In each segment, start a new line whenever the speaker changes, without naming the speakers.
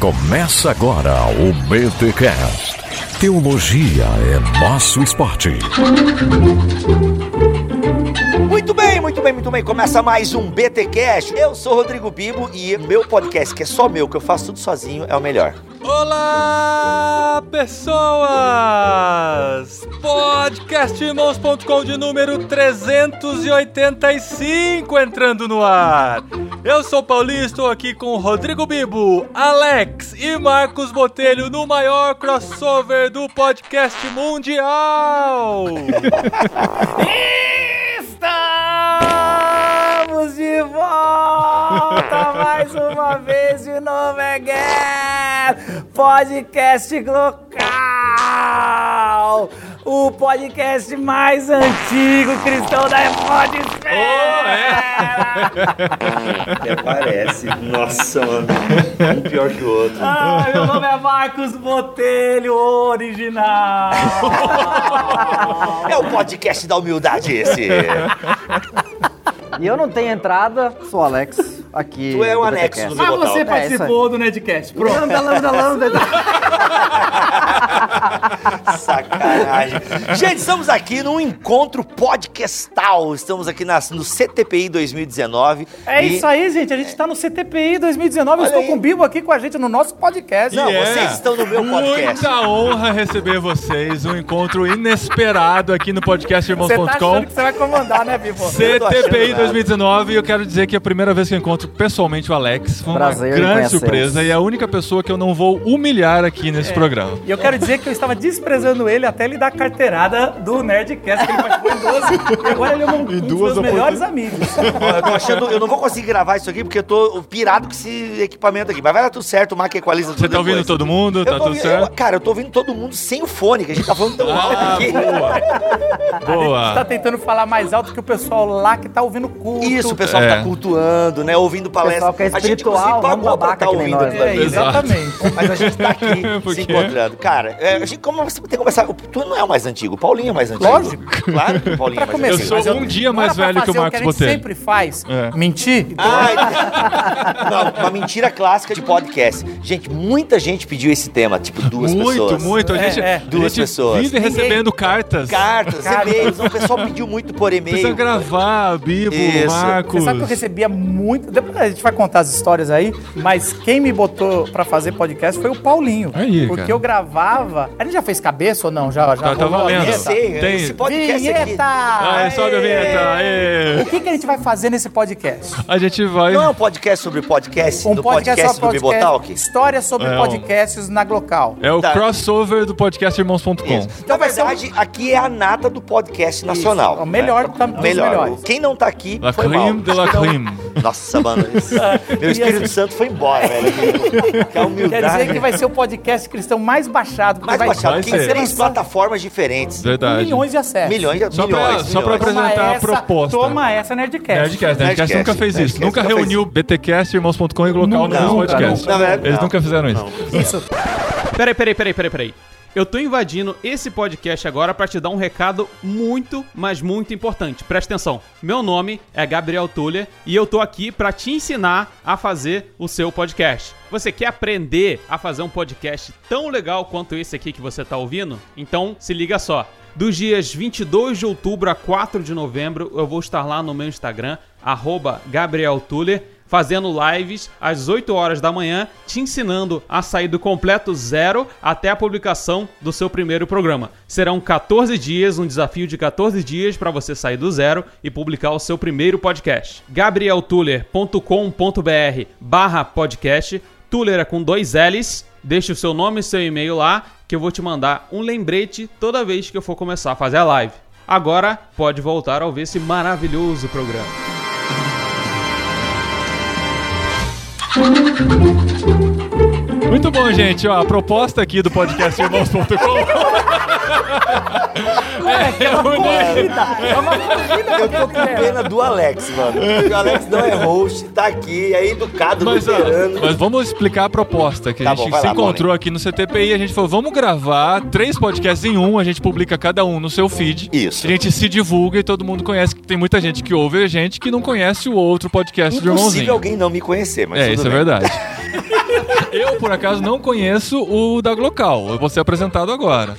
Começa agora o BTCast. Teologia é nosso esporte.
Muito bem, muito bem, muito bem. Começa mais um BTcast. Eu sou Rodrigo Bibo e meu podcast, que é só meu, que eu faço tudo sozinho, é o melhor.
Olá, pessoas! Podcastirmãos.com de número 385 entrando no ar. Eu sou o Paulinho, estou aqui com o Rodrigo Bibo, Alex e Marcos Botelho no maior crossover do podcast mundial.
Estamos de volta mais uma vez de novo again! Podcast local! O podcast mais antigo cristão
Oh,
da
é.
Podesfera!
Até parece. Nossa, mano. Um pior que o outro.
Ah, meu nome é Marcos Botelho, original!
É o podcast da humildade esse.
E eu não tenho entrada, sou o Alex. Aqui.
Tu é
do
um anexo
BTcast.
do meu
Mas
botal.
você participou do Nedcast, pronto!
Lambda, lambda, lambda.
Sacanagem. Gente, estamos aqui num encontro podcastal. Estamos aqui nas- no CTPI 2019.
É
E-
isso aí, gente. A gente tá no CTPI 2019.
Olha
Eu estou
aí.
com o Bibo aqui com a gente no nosso podcast.
Não,
E é
vocês estão no meu podcast.
Muita honra receber vocês, um encontro inesperado aqui no
Você tá
podcastirmãos.com.
achando que você vai comandar, né, Bibo?
Eu Ah, não é tô tá achando né?
CTPI
nada.
2019, eu quero dizer que é a primeira vez que eu encontro pessoalmente o Alex. Foi uma
Prazer em
grande
conhecê-los.
surpresa e é a única pessoa que eu não vou humilhar aqui nesse programa.
E eu quero dizer que eu estava desprezando ele até ele dar a carteirada do Nerdcast, que ele participou em 12. E agora ele é um, um dos meus melhores amigos.
Ó, Eu tô achando, eu não vou conseguir gravar isso aqui porque eu tô pirado com esse equipamento aqui. Mas vai dar tudo certo, o Mac equaliza tudo
Você tá ouvindo
depois.
todo mundo?
Eu
Tá
tô
tudo
ouvindo- eu-
certo? Ah,
cara, eu tô ouvindo todo mundo sem o fone, que a gente tá falando tão alto aqui.
A gente tá
Boa.
tentando falar mais alto que o pessoal lá que tá ouvindo culto.
Isso, o pessoal
É.
tá cultuando, né? Ouvindo palestra.
Pessoal que é
a gente,
espiritual,
inclusive,
não
pagou pra
babaca
tá
que nem
ouvindo
nós,
aquilo
É,
ali.
Exato.
exatamente.
Mas a gente tá aqui
Por
se
quê?
encontrando. Cara, é, a gente, como você tem que começar? o- Tu não é o mais antigo, o Paulinho é mais antigo.
Lógico.
Claro que o Paulinho é mais
Eu
começar,
antigo.
sou
mas eu-
um dia
Não era
mais
pra
velho que o
fazer
Marcos
que a gente
Botelho.
sempre faz.
É.
Mentir? Então,
Ai, não, uma mentira clássica de podcast. Gente, muita gente pediu esse tema, tipo duas
Muito,
pessoas.
muito. A
É,
gente,
é.
a gente
Duas pessoas.
vive recebendo cartas.
Cartas,
Cartas.
e-mails, o pessoal pediu muito por
Precisa
e-mail.
gravar, Bibo,
Isso.
Marcos.
Você sabe que eu recebia muito. Depois a gente vai contar as histórias aí, mas quem me botou pra fazer podcast foi o Paulinho.
Aí,
porque
cara.
eu gravava. A gente já fez cabeça ou não? Já, já.
Tá- tá
rolou a
valendo.
Eu
vinheta?
sei,
Tem.
esse podcast
Vinheta!
aqui.
Ah, sobe a vinheta.
O
Aê.
que, que a gente vai fazer nesse podcast?
A gente vai...
Não é um podcast sobre podcast,
Um
do podcast, do Bibotalk?
Histórias sobre
É um-
podcasts na Glocal.
É o
Tá.
crossover do podcastirmãos.com.
Isso. Então,
Então
Na verdade, aqui é a nata do podcast nacional.
um
É,
Isso, o melhor, tá- dos
Melhor.
melhores. Então,
Quem não tá aqui
La
foi mal.
crime de la crime.
Nossa, mano. isso- Meu Espírito Santo foi embora, velho. Que a
assim,
É
Quer
humildade.
dizer que vai ser o podcast cristão mais baixado. porque
Mais
vai-
baixado,
vai
que em
ser.
três plataformas diferentes.
Verdade.
Milhões de acessos.
Milhões de
Só pra-
milhões,
só pra
milhões.
apresentar-
Toma
a
essa-
proposta.
Toma essa Nerdcast.
Nerdcast, Nerdcast,
Nerdcast,
nunca fez
Nerdcast
isso. Nunca
nunca fez
reuniu BTcast, irmãos.com e local no
Nunca,
mesmo
nunca,
podcast.
nunca. Na verdade,
Eles
não.
nunca fizeram isso.
Isso.
Peraí, peraí, peraí, peraí, peraí. Eu tô invadindo esse podcast agora pra te dar um recado muito, mas muito importante. Presta atenção. Meu nome é Gabriel Tuller e eu tô aqui pra te ensinar a fazer o seu podcast. Você quer aprender a fazer um podcast tão legal quanto esse aqui que você tá ouvindo? Então se liga só. Dos dias 22 de outubro a 4 de novembro, eu vou estar lá no meu Instagram, arroba Gabriel Tuller fazendo lives às 8 horas da manhã, te ensinando a sair do completo zero até a publicação do seu primeiro programa. Serão 14 dias, um desafio de 14 dias para você sair do zero e publicar o seu primeiro podcast. gabrieltuller.com.br barra podcast, Tuller é com dois L's, deixe o seu nome e seu e-mail lá que eu vou te mandar um lembrete toda vez que eu for começar a fazer a live. Agora pode voltar a ouvir esse maravilhoso programa.
Muito bom, gente. Ó, a proposta aqui do podcastirmãos.com é reunir.
é
Eu tô com pena do Alex, mano. Porque o Alex não é host, tá aqui, é educado,
Mas, ó,
luterano.
mas vamos explicar a proposta que
Tá
a gente
bom, vai
se
lá,
encontrou aqui no CTPI. A gente falou, vamos gravar três podcasts em um. A gente publica cada um no seu feed.
Isso.
A gente se divulga e todo mundo conhece. que Tem muita gente que ouve a gente que não conhece o outro podcast do
Impossível
irmãozinho.
alguém não me conhecer, mas
um É,
tudo
isso
bem.
é verdade.
Eu, por acaso, não conheço o da Glocal. Eu vou ser apresentado agora.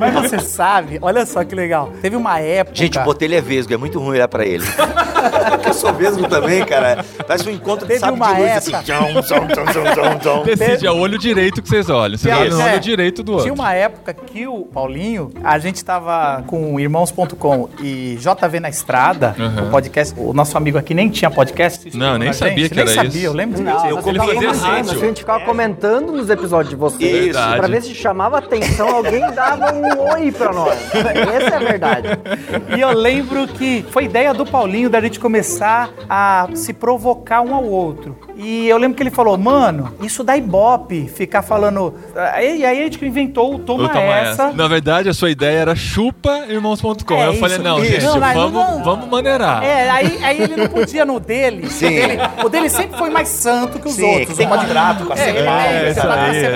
Mas você sabe, olha só que legal. Teve uma época.
Gente, o Botelho é vesgo, é muito ruim olhar pra ele. Porque eu sou vesgo também, cara. Parece um encontro de
Teve
sabe de
uma
luz
época-
assim. Tchom, tchom, tchom, tchom, tchom, tchom.
Decide, é o olho direito que vocês olham. Vocês olham no
É,
olho direito do
Tinha
outro.
uma época que o Paulinho, a gente tava com o irmãos.com e JV na estrada, o podcast. O nosso amigo aqui nem tinha podcast. se
Não,
inscreveu
nem
na
sabia
gente,
que
nem
era
sabia,
isso.
Eu lembro disso.
Não,
Eu
você
como
tava
fazer
comentando,
rádio.
assim,
É.
A gente ficava comentando nos episódios de vocês.
Isso.
Pra ver se chamava atenção, alguém dava um oi pra nós. Essa é a verdade.
E eu lembro que foi ideia do Paulinho da gente começar a se provocar um ao outro. E eu lembro que ele falou, mano, isso dá ibope, ficar falando. eh, E aí a gente inventou o toma,
Eu tomo
essa.
essa. Na verdade, a sua ideia era chupa irmãos.com.
É
eu falei,
isso,
não,
isso.
gente,
Não, mas não
vamos,
vamos-
vamos maneirar.
É, aí, aí ele não podia no dele.
Sim.
O dele, o dele sempre foi mais santo que os
Sim,
outros.
que tem
Uma-
contrato com a né?
é,
Cepal.
é,
isso
tá
contrato
aí,
com
aí
a Cepal, nem
tem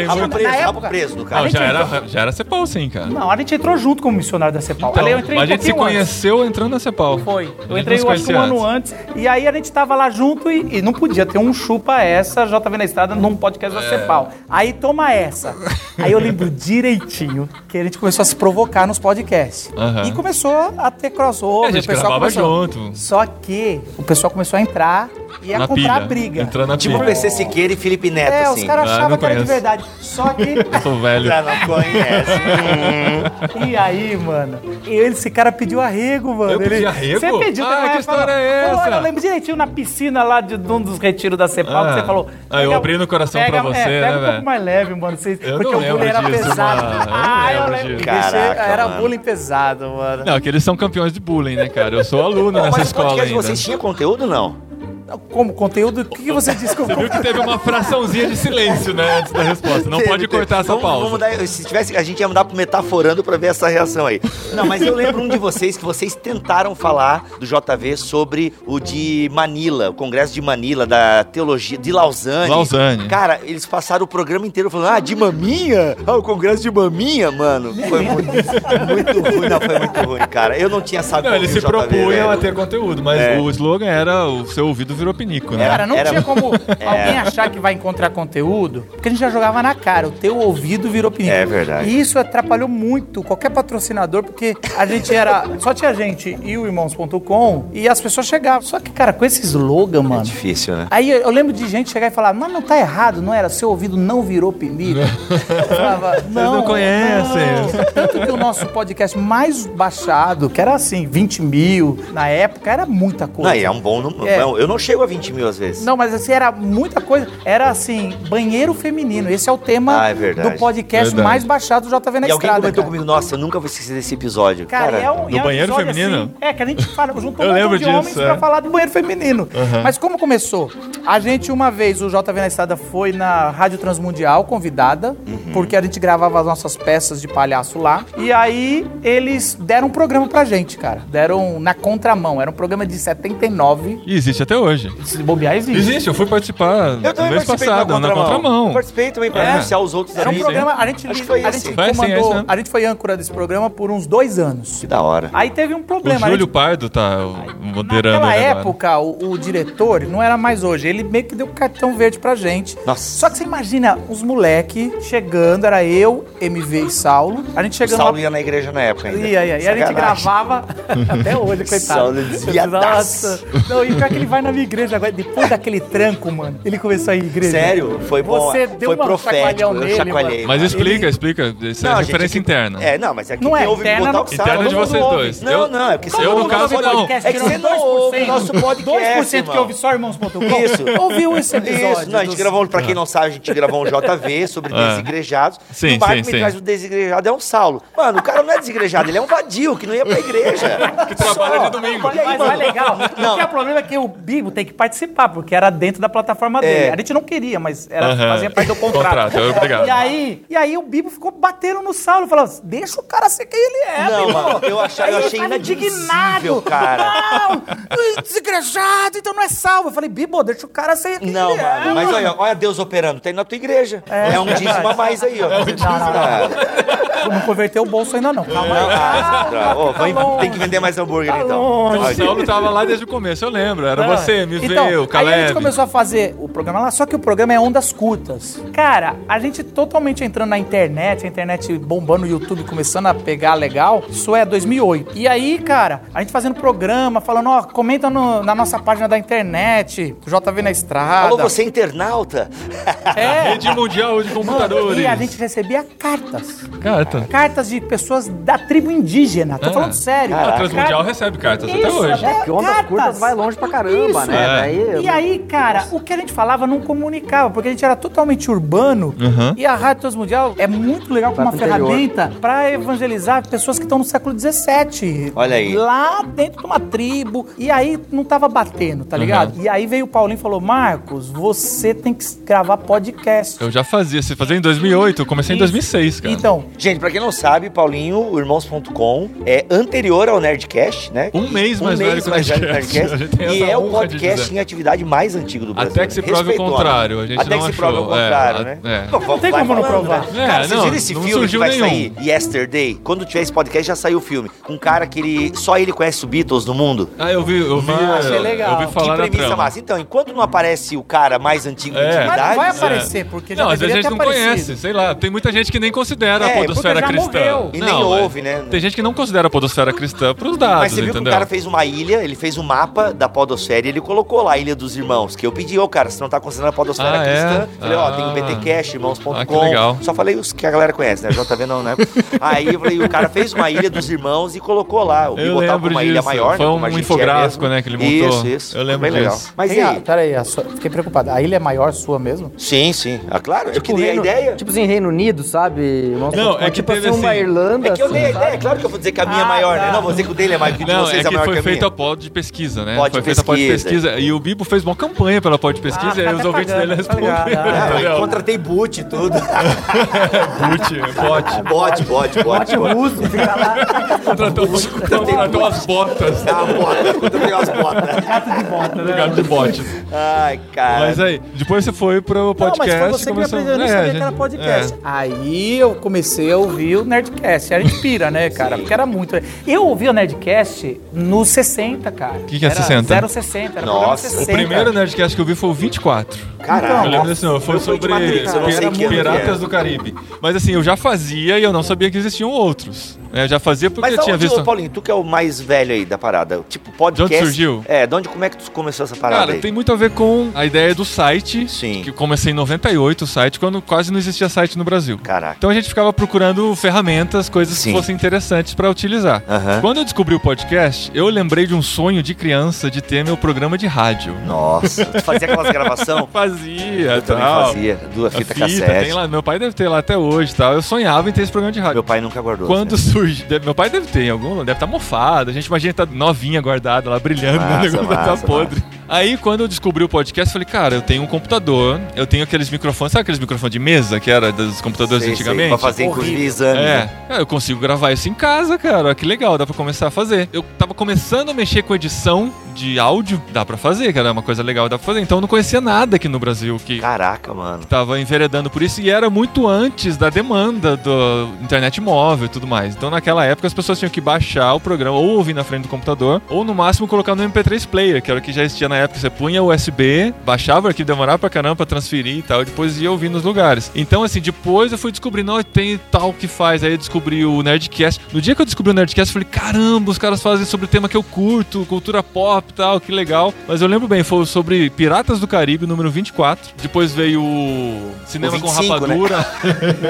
tinha-
Rabo
muito-
na
preso, rabo
época-
preso do
Não,
cara.
já era, já era Cepal, sim, cara.
Não, a gente entrou junto como missionário da Cepal.
Então,
Ali eu entrei
mas
um
a gente se
pouquinho antes.
conheceu entrando na Cepal.
Foi.
A gente
Eu entrei
não se
eu acho que um
conhecia
ano antes. E aí a gente tava lá junto e, e não podia ter um chupa essa JV na estrada num podcast
É.
da Cepal. Aí toma essa. Aí eu lembro direitinho que a gente começou a se provocar nos podcasts.
Aham.
E começou a ter crossover.
É, a gente
o pessoal
gravava
começou-
junto.
Só que o pessoal começou a entrar e a
Na
comprar
pilha.
briga.
Entrando na
Tipo
assim.
pilha.
PC Siqueira e Felipe Neto,
É,
assim.
os caras
Ah,
achavam
não
que era de
conheço.
verdade. Só que.
Sou velho.
Já não conhece.
e aí, mano? E esse cara pediu arrego, mano.
Eu pedi
Ele-
arrego?
Você pediu
Ah,
também,
que
falou-
história é
Falou,
essa?
Eu lembro direitinho na piscina lá de, de um dos retiros da Cepal
Ah.
que você falou.
Ah, eu
pega- um
abri no coração
pega,
pra você,
é,
né,
Pega um
velho?
pouco mais leve, mano. Vocês,
Eu
porque
não
o bullying
lembro
era
disso,
pesado.
mano. Eu não
Ah, eu
lembro
lembro.
disso.
Deixei-
Caraca,
era
mano.
bullying pesado, mano.
Não, é que eles são campeões de bullying, né, cara? Eu sou aluno
Pô,
nessa
Mas o
escola
podcast de
ainda.
vocês tinha conteúdo, não?
Como conteúdo, o que, que você disse que eu
Viu que teve uma fraçãozinha de silêncio, né, antes da resposta. Não
Teve,
pode
teve.
cortar essa
Vamos- vamos
pausa.
dar- se tivesse, a gente ia mudar pro metaforando pra ver essa reação aí. Não, mas eu lembro um de vocês que vocês tentaram falar do JV sobre o de Manila, o Congresso de Manila, da teologia, de Lausanne.
Lausanne.
Cara, eles passaram o programa inteiro falando, ah, de maminha? Ah, o Congresso de maminha, mano. Foi muito, muito ruim, não, foi muito ruim, cara. Eu não tinha sabido.
Não, eles se propunham a ter conteúdo, mas
É.
o slogan era o seu ouvido virou pinico, né?
Cara, não
Era- É.
tinha como alguém achar que vai encontrar conteúdo, porque a gente já jogava na cara, o teu ouvido virou pinico.
É verdade.
E isso atrapalhou muito qualquer patrocinador, porque a gente era. Só tinha gente e o irmãos.com e as pessoas chegavam. Só que, cara, com esse slogan, mano.
Difícil, né?
Aí eu eu lembro de gente chegar e falar, mas não tá errado, não era? Seu ouvido não virou pinico. Eu falava,
não conhecem."
não. Tanto que o nosso podcast mais baixado, que era assim, 20 mil, na época, era muita coisa.
Não, e é um bom... número.
É.
Não, eu não chego a 20 mil às vezes.
Não, mas assim, era muita coisa. Era assim, banheiro feminino. Esse é o tema
Ah, é verdade.
do podcast
Verdade.
mais baixado do JV é na
E alguém
Estrada.
comentou
cara.
comigo, nossa, eu nunca vou esquecer desse episódio.
Cara, e é um,
do
e é um
banheiro
episódio
feminino?
assim- é, que a gente fala, juntou
Eu
um
lembro
monte de
disso,
homens pra
é.
falar do banheiro feminino. Mas como começou? A gente, uma vez, o JV na Estrada foi na Rádio Transmundial, convidada,
Uhum.
porque a gente gravava as nossas peças de palhaço lá. E aí, eles deram um programa pra gente, cara. Deram na contramão. Era um programa de 79.
E existe até hoje.
Se bobear,
Existe, eu fui participar
Eu
no
também
mês
participei
passado,
da
na contramão.
Eu participei também pra
É.
anunciar os outros
Era um
amigos.
programa, a gente,
Acho que foi
a
esse.
gente
Foi esse,
comandou,
é esse mesmo.
a gente foi âncora desse programa por uns dois anos.
Que da hora.
Aí teve um
O
problema. a
Júlio
gente-
Pardo tá moderando
Naquela
ele né, agora.
época, o, o diretor, não era mais hoje, ele meio que deu cartão verde pra gente.
Nossa.
Só que você imagina os moleque chegando, era eu, MV e Saulo. A gente
O
chegando
Saulo
lá...
ia na igreja na época ainda.
Ia, ia. E a gente
Sacanagem.
gravava até hoje, coitado.
Saulo desviadaço.
Nossa. Não, e pior que ele vai na minha igreja agora. Depois daquele tranco, mano, ele começou a ir à igreja.
Sério? Foi bom.
Você deu
foi
uma
profético.
chacoalhão
Eu
nele,
Mas
chacoalhei. mano.
explica, explica. Isso é
Não, gente,
referência
é que-
interna.
É, não, mas aqui
Não
quem
é
ouve
interna,
botar
não.
o que sabe,
Interna de
todo mundo
vocês
ouve.
dois.
Não,
Eu-
não, é porque
eu, no
ouve
caso,
nosso
não.
podcast, É que
não,
você não ouve o
2%.
nosso podcast,
2% que
irmão.
ouve só irmãos.com.
Isso.
Ouviu esse episódio.
Isso, não, a gente
dos- Ah.
gravou, pra quem não sabe, a gente gravou um JV sobre
Ah.
desigrejados.
Sim,
o Marco
sim,
me
sim.
traz o desigrejado, é um Saulo. Mano, o cara não é desigrejado, ele é um vadio que não ia pra igreja.
Que trabalha de domingo.
Mas, mas é legal.
um Não.
O que é problema é que o Bibo tem que participar, porque era dentro da plataforma dele.
É.
A gente não queria, mas era,
Aham.
fazia parte do contrato.
Contrato, obrigado.
E aí, e aí o Bibo ficou batendo no Saulo, falando, deixa o cara ser quem ele é,
Não,
Bibo."
mano, eu achei-
Aí
eu
ele tá
achei
tava
inadmissível, cara.
Não, desengrejado, então não é salvo. Eu falei, Bibo, deixa o cara ser quem
Não,
ele é.
mano, É mas olha, olha Deus operando, tem na tua igreja. É, um dízimo a mais aí, ó.
Não, não, não. Não converteu o bolso ainda não. Calma aí.
Ah, Ô, vai-
Tá
tem que vender mais hambúrguer então.
O Saulo tava lá desde o começo, eu lembro. Era você, me
então,
veio,
Aí a gente
Caleb.
começou a fazer o programa lá, só que o programa é ondas curtas. Cara, a gente totalmente entrando na internet, a internet bombando o YouTube, começando a pegar legal. Isso é 2008. E aí, cara, a gente fazendo programa, falando, ó, comenta no- na nossa página da internet, JV na estrada.
Alô, você internauta?
É.
Rede Mundial de Computadores.
E a gente recebia cartas.
Carta.
Cartas de pessoas da tribo indígena. Tô falando sério.
A
Cara,
Ah. Transmundial recebe cartas até
Isso,
hoje.
é
Que ondas
cartas.
curtas vai longe pra caramba,
Isso.
né?
É.
Daí-
E aí, cara, o que a gente falava não comunicava, porque a gente era totalmente urbano e a Rádio Transmundial é muito legal como
Vai
uma
pro interior.
ferramenta pra evangelizar pessoas que estão no século XVII.
Olha aí.
Lá dentro de uma tribo. E aí não tava batendo, tá ligado? E aí veio o Paulinho e falou: Marcos, você tem que gravar podcast.
Eu já fazia. Você fazia em 2008, eu comecei em 2006, cara.
Então,
Gente, pra quem não sabe, Paulinho, o irmãos.com é anterior ao Nerdcast, né?
Um mês
Um
mais velho
mês
que o
mais velho que o
Nerdcast. A
Nerdcast.
gente tem
E
essa
é o
honra de
podcast
dizer.
em atividade mais antigo do Brasil.
Até que se prove o
Respeitona.
contrário, a gente
Até
não
que se prove o
achou. É,
contrário,
a-
né?
é.
Bom,
Não tem
vai
como não
falando, né?
provar.
É,
Cara, vocês
não,
viram esse
não
filme que
surgiu
vai
nenhum.
sair? Yesterday. Quando tiver esse podcast, já saiu o filme. Um cara que ele... Só ele conhece o Beatles no mundo.
Ah, eu vi, eu vi.
achei legal.
Eu vi falar
que
na
premissa
trama.
massa. Então, enquanto não aparece o cara mais antigo da
É.
mas não
antiguidade...
vai aparecer, porque já
não, às vezes
deveria
a gente
ter
não
aparecido.
conhece, sei lá. Tem muita gente que nem considera
É,
a podosfera
porque já
cristã.
morreu.
E
Não,
nem
mas
ouve, né?
Tem gente que não considera a podosfera cristã pros dados,
Mas você viu que
né, entendeu?
o cara fez uma ilha, ele fez um mapa da podosfera e ele colocou lá a Ilha dos Irmãos, que eu pedi, ô cara, você não tá considerando a podosfera
Ah, é?
cristã? Falei, ó, tem o
Ah.
BTcast, irmãos.com.
Ah, que legal.
Só falei os que a galera conhece, né? JV não, né? Aí eu falei, o cara fez uma Ilha dos Irmãos e colocou lá. O
Eu
Bibo tava com
lembro
uma ilha
disso.
maior,
Foi
né?
um
Como a gente é
infográfico,
mesmo.
né, que ele montou.
Isso, isso.
Eu lembro
Bem legal.
disso.
Mas e
Tem a-
aí?
Peraí, a sua- fiquei preocupado. A ilha é maior sua mesmo?
Sim, sim. Ah, claro, eu que
Tipo,
dei a
Reino-
ideia.
Tipo assim, Reino Unido, sabe? Uma-
Não, é que
tipo
teve
assim, uma
assim-
Irlanda.
É que eu
assim,
dei a
sabe?
ideia, é claro que eu vou dizer que a minha é
Ah,
maior, né?
tá.
Não, vou dizer que o dele é maior, que o de
Não, é
vocês é
que
maior que
foi
a
feita
minha.
a pod de pesquisa, né?
Pod
foi
de
feita a pod de
pesquisa.
pesquisa. E o Bibo fez uma campanha pela pod de pesquisa
Ah,
e aí os
tá
ouvintes
cagando,
dele
tá
responderam.
ligado.
Ah, eu
entendeu? é
contratei boot e tudo.
Boot, bot.
Bote, bote, bote. bote.
Russo, fica lá.
Contratou, contratou as botas
Ah, bota. Eu peguei umas botas.
no lugar de botes.
Ai, cara.
Mas então, aí, depois você foi pro
Não, mas
podcast.
foi você que me
começou-
apresentou, eu não
É,
sabia
gente-
que era podcast. Aí eu comecei a ouvir o Nerdcast. A gente pira, né, cara? Porque era muito. Eu ouvi o Nerdcast nos 60, cara. O
Que que é 60?
060, era programa
Nossa, o
60.
é. O primeiro Nerdcast que eu vi foi o 24.
Caralho.
Eu lembro desse não, foi sobre
Matrix, eu não sei
Pira-
que ano que é.
Piratas do Caribe. Mas assim, eu já fazia e eu não sabia que existiam outros. né? Eu já fazia porque
Mas
eu tinha
aonde, ô,
visto.
Paulinho, tu que é o mais velho aí da parada, tipo
De
podcast...
onde surgiu?
É, de onde, como é que tu começou essa parada
Cara,
aí?
tem muito a ver com a ideia do site,
Sim.
que eu comecei em 98 o site, quando quase não existia site no Brasil.
Caraca.
Então a gente ficava procurando ferramentas, coisas
Sim.
que fossem interessantes pra utilizar.
Aham.
Quando eu descobri o podcast, eu lembrei de um sonho de criança de ter meu programa de rádio.
Nossa, tu fazia aquelas gravação?
Fazia,
Eu também
tal.
fazia, duas
A
fitas
fita,
cassete.
tem lá, meu pai deve ter lá até hoje, e tal. Eu sonhava em ter esse programa de rádio.
Meu pai nunca guardou.
Quando
assim.
surge. deve- Meu pai deve ter em algum lugar, deve estar mofado. A gente imagina que tá novinha guardada lá, brilhando, né?
Massa,
o negócio deve tá
massa,
podre. Aí, quando eu descobri o podcast, eu falei, cara, eu tenho um computador, eu tenho aqueles microfones, sabe aqueles microfones de mesa que era dos computadores
Sei, sei,
antigamente?
Pra fazer, inclusive,
Horrível.
exames.
É,
né?
cara, eu consigo gravar isso em casa, cara. Olha Que legal, dá pra começar a fazer. Eu tava começando a mexer com edição de áudio, dá pra fazer, cara. É uma coisa legal, dá pra fazer. Então eu não conhecia nada aqui no Brasil que
Caraca, mano.
tava enveredando por isso e era muito antes da demanda do internet móvel e tudo mais. Então naquela época as pessoas tinham que baixar o programa ou ouvir na frente do computador ou no máximo colocar no MP3 player, que era o que já existia na época. Você punha USB, baixava o arquivo, demorava pra caramba pra transferir e tal, e depois ia ouvir nos lugares. Então assim, depois eu fui descobrindo, ó, tem tal que faz, aí eu descobri o Nerdcast. No dia que eu descobri o Nerdcast, eu falei, caramba, os caras fazem sobre o tema que eu curto, cultura pop e tal, que legal. Mas eu lembro bem, foi sobre Piratas do Caribe, número 24. Depois veio o Cinema
O 25,
com Rapadura.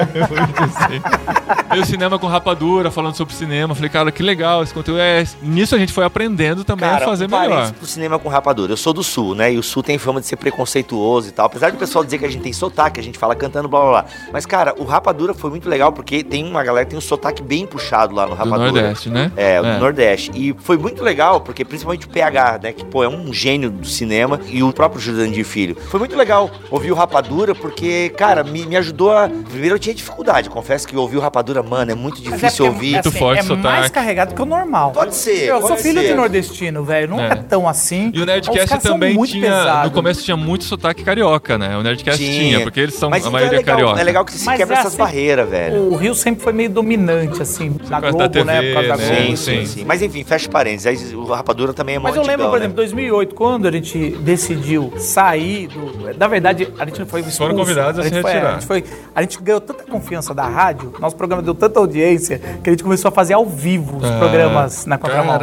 assim. veio o Cinema com Rapadura, falando sobre cinema. Falei, cara, que legal esse conteúdo. É, nisso a gente foi aprendendo também
Cara,
a fazer
um parênteses
melhor.
pro cinema com rapadura. Eu sou do Sul, né? E o Sul tem fama de ser preconceituoso e tal. Apesar do pessoal dizer que a gente tem sotaque, a gente fala cantando, blá, blá, blá. Mas, cara, o rapadura foi muito legal porque tem uma galera que tem um sotaque bem puxado lá no
Do
rapadura.
Nordeste, né?
É, o do Nordeste. E foi muito legal, porque principalmente o PH Alencar, né? Que, pô, é um gênio do cinema. E o próprio Jurandir Filho. Foi muito legal ouvir o Rapadura, porque, cara, me, me ajudou a... Primeiro eu tinha dificuldade. Confesso que ouvir o Rapadura, mano, é muito
Mas
difícil
é porque
ouvir.
É,
Muito forte
é
sotaque.
mais carregado que o normal.
Pode ser,
Eu sou
pode
filho
ser.
de nordestino, velho. Não é.
É.
tão assim.
E o
Os
Nerdcast
caras são
também
muito
tinha.
pesados.
No começo tinha muito sotaque carioca, né? O Nerdcast tinha, porque eles são
Mas
a
então
maioria
é legal,
carioca.
É legal que se
Mas
quebra
é
essas
assim-
barreiras, velho.
O Rio sempre foi meio dominante, assim, na
causa
Globo,
da TV,
né? Por causa da
né?
Globo.
Sim, sim,
sim.
sim, Mas enfim, fecha parênteses. aí O Rapadura também é mó
Mas eu lembro,
antigão,
por
né?
exemplo, 2008, quando a gente decidiu sair do... Na verdade, a gente não foi expulso.
Foram convidados a
gente
se
foi- é,
retirar.
a, gente foi, a gente ganhou tanta confiança da rádio, nosso programa deu tanta audiência, que a gente começou a fazer ao vivo os programas na contramão.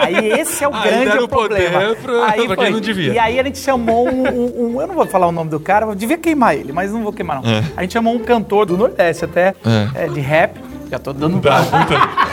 Aí esse é o
Ah, Aí
grande
deram poder
problema.
pra-
aí
pra quem não devia.
E aí a gente chamou um, um- um- Eu não vou falar o nome do cara, eu devia queimar ele, mas não vou queimar não.
É.
A gente chamou um cantor do Nordeste até, é, de rap. Já tô dando...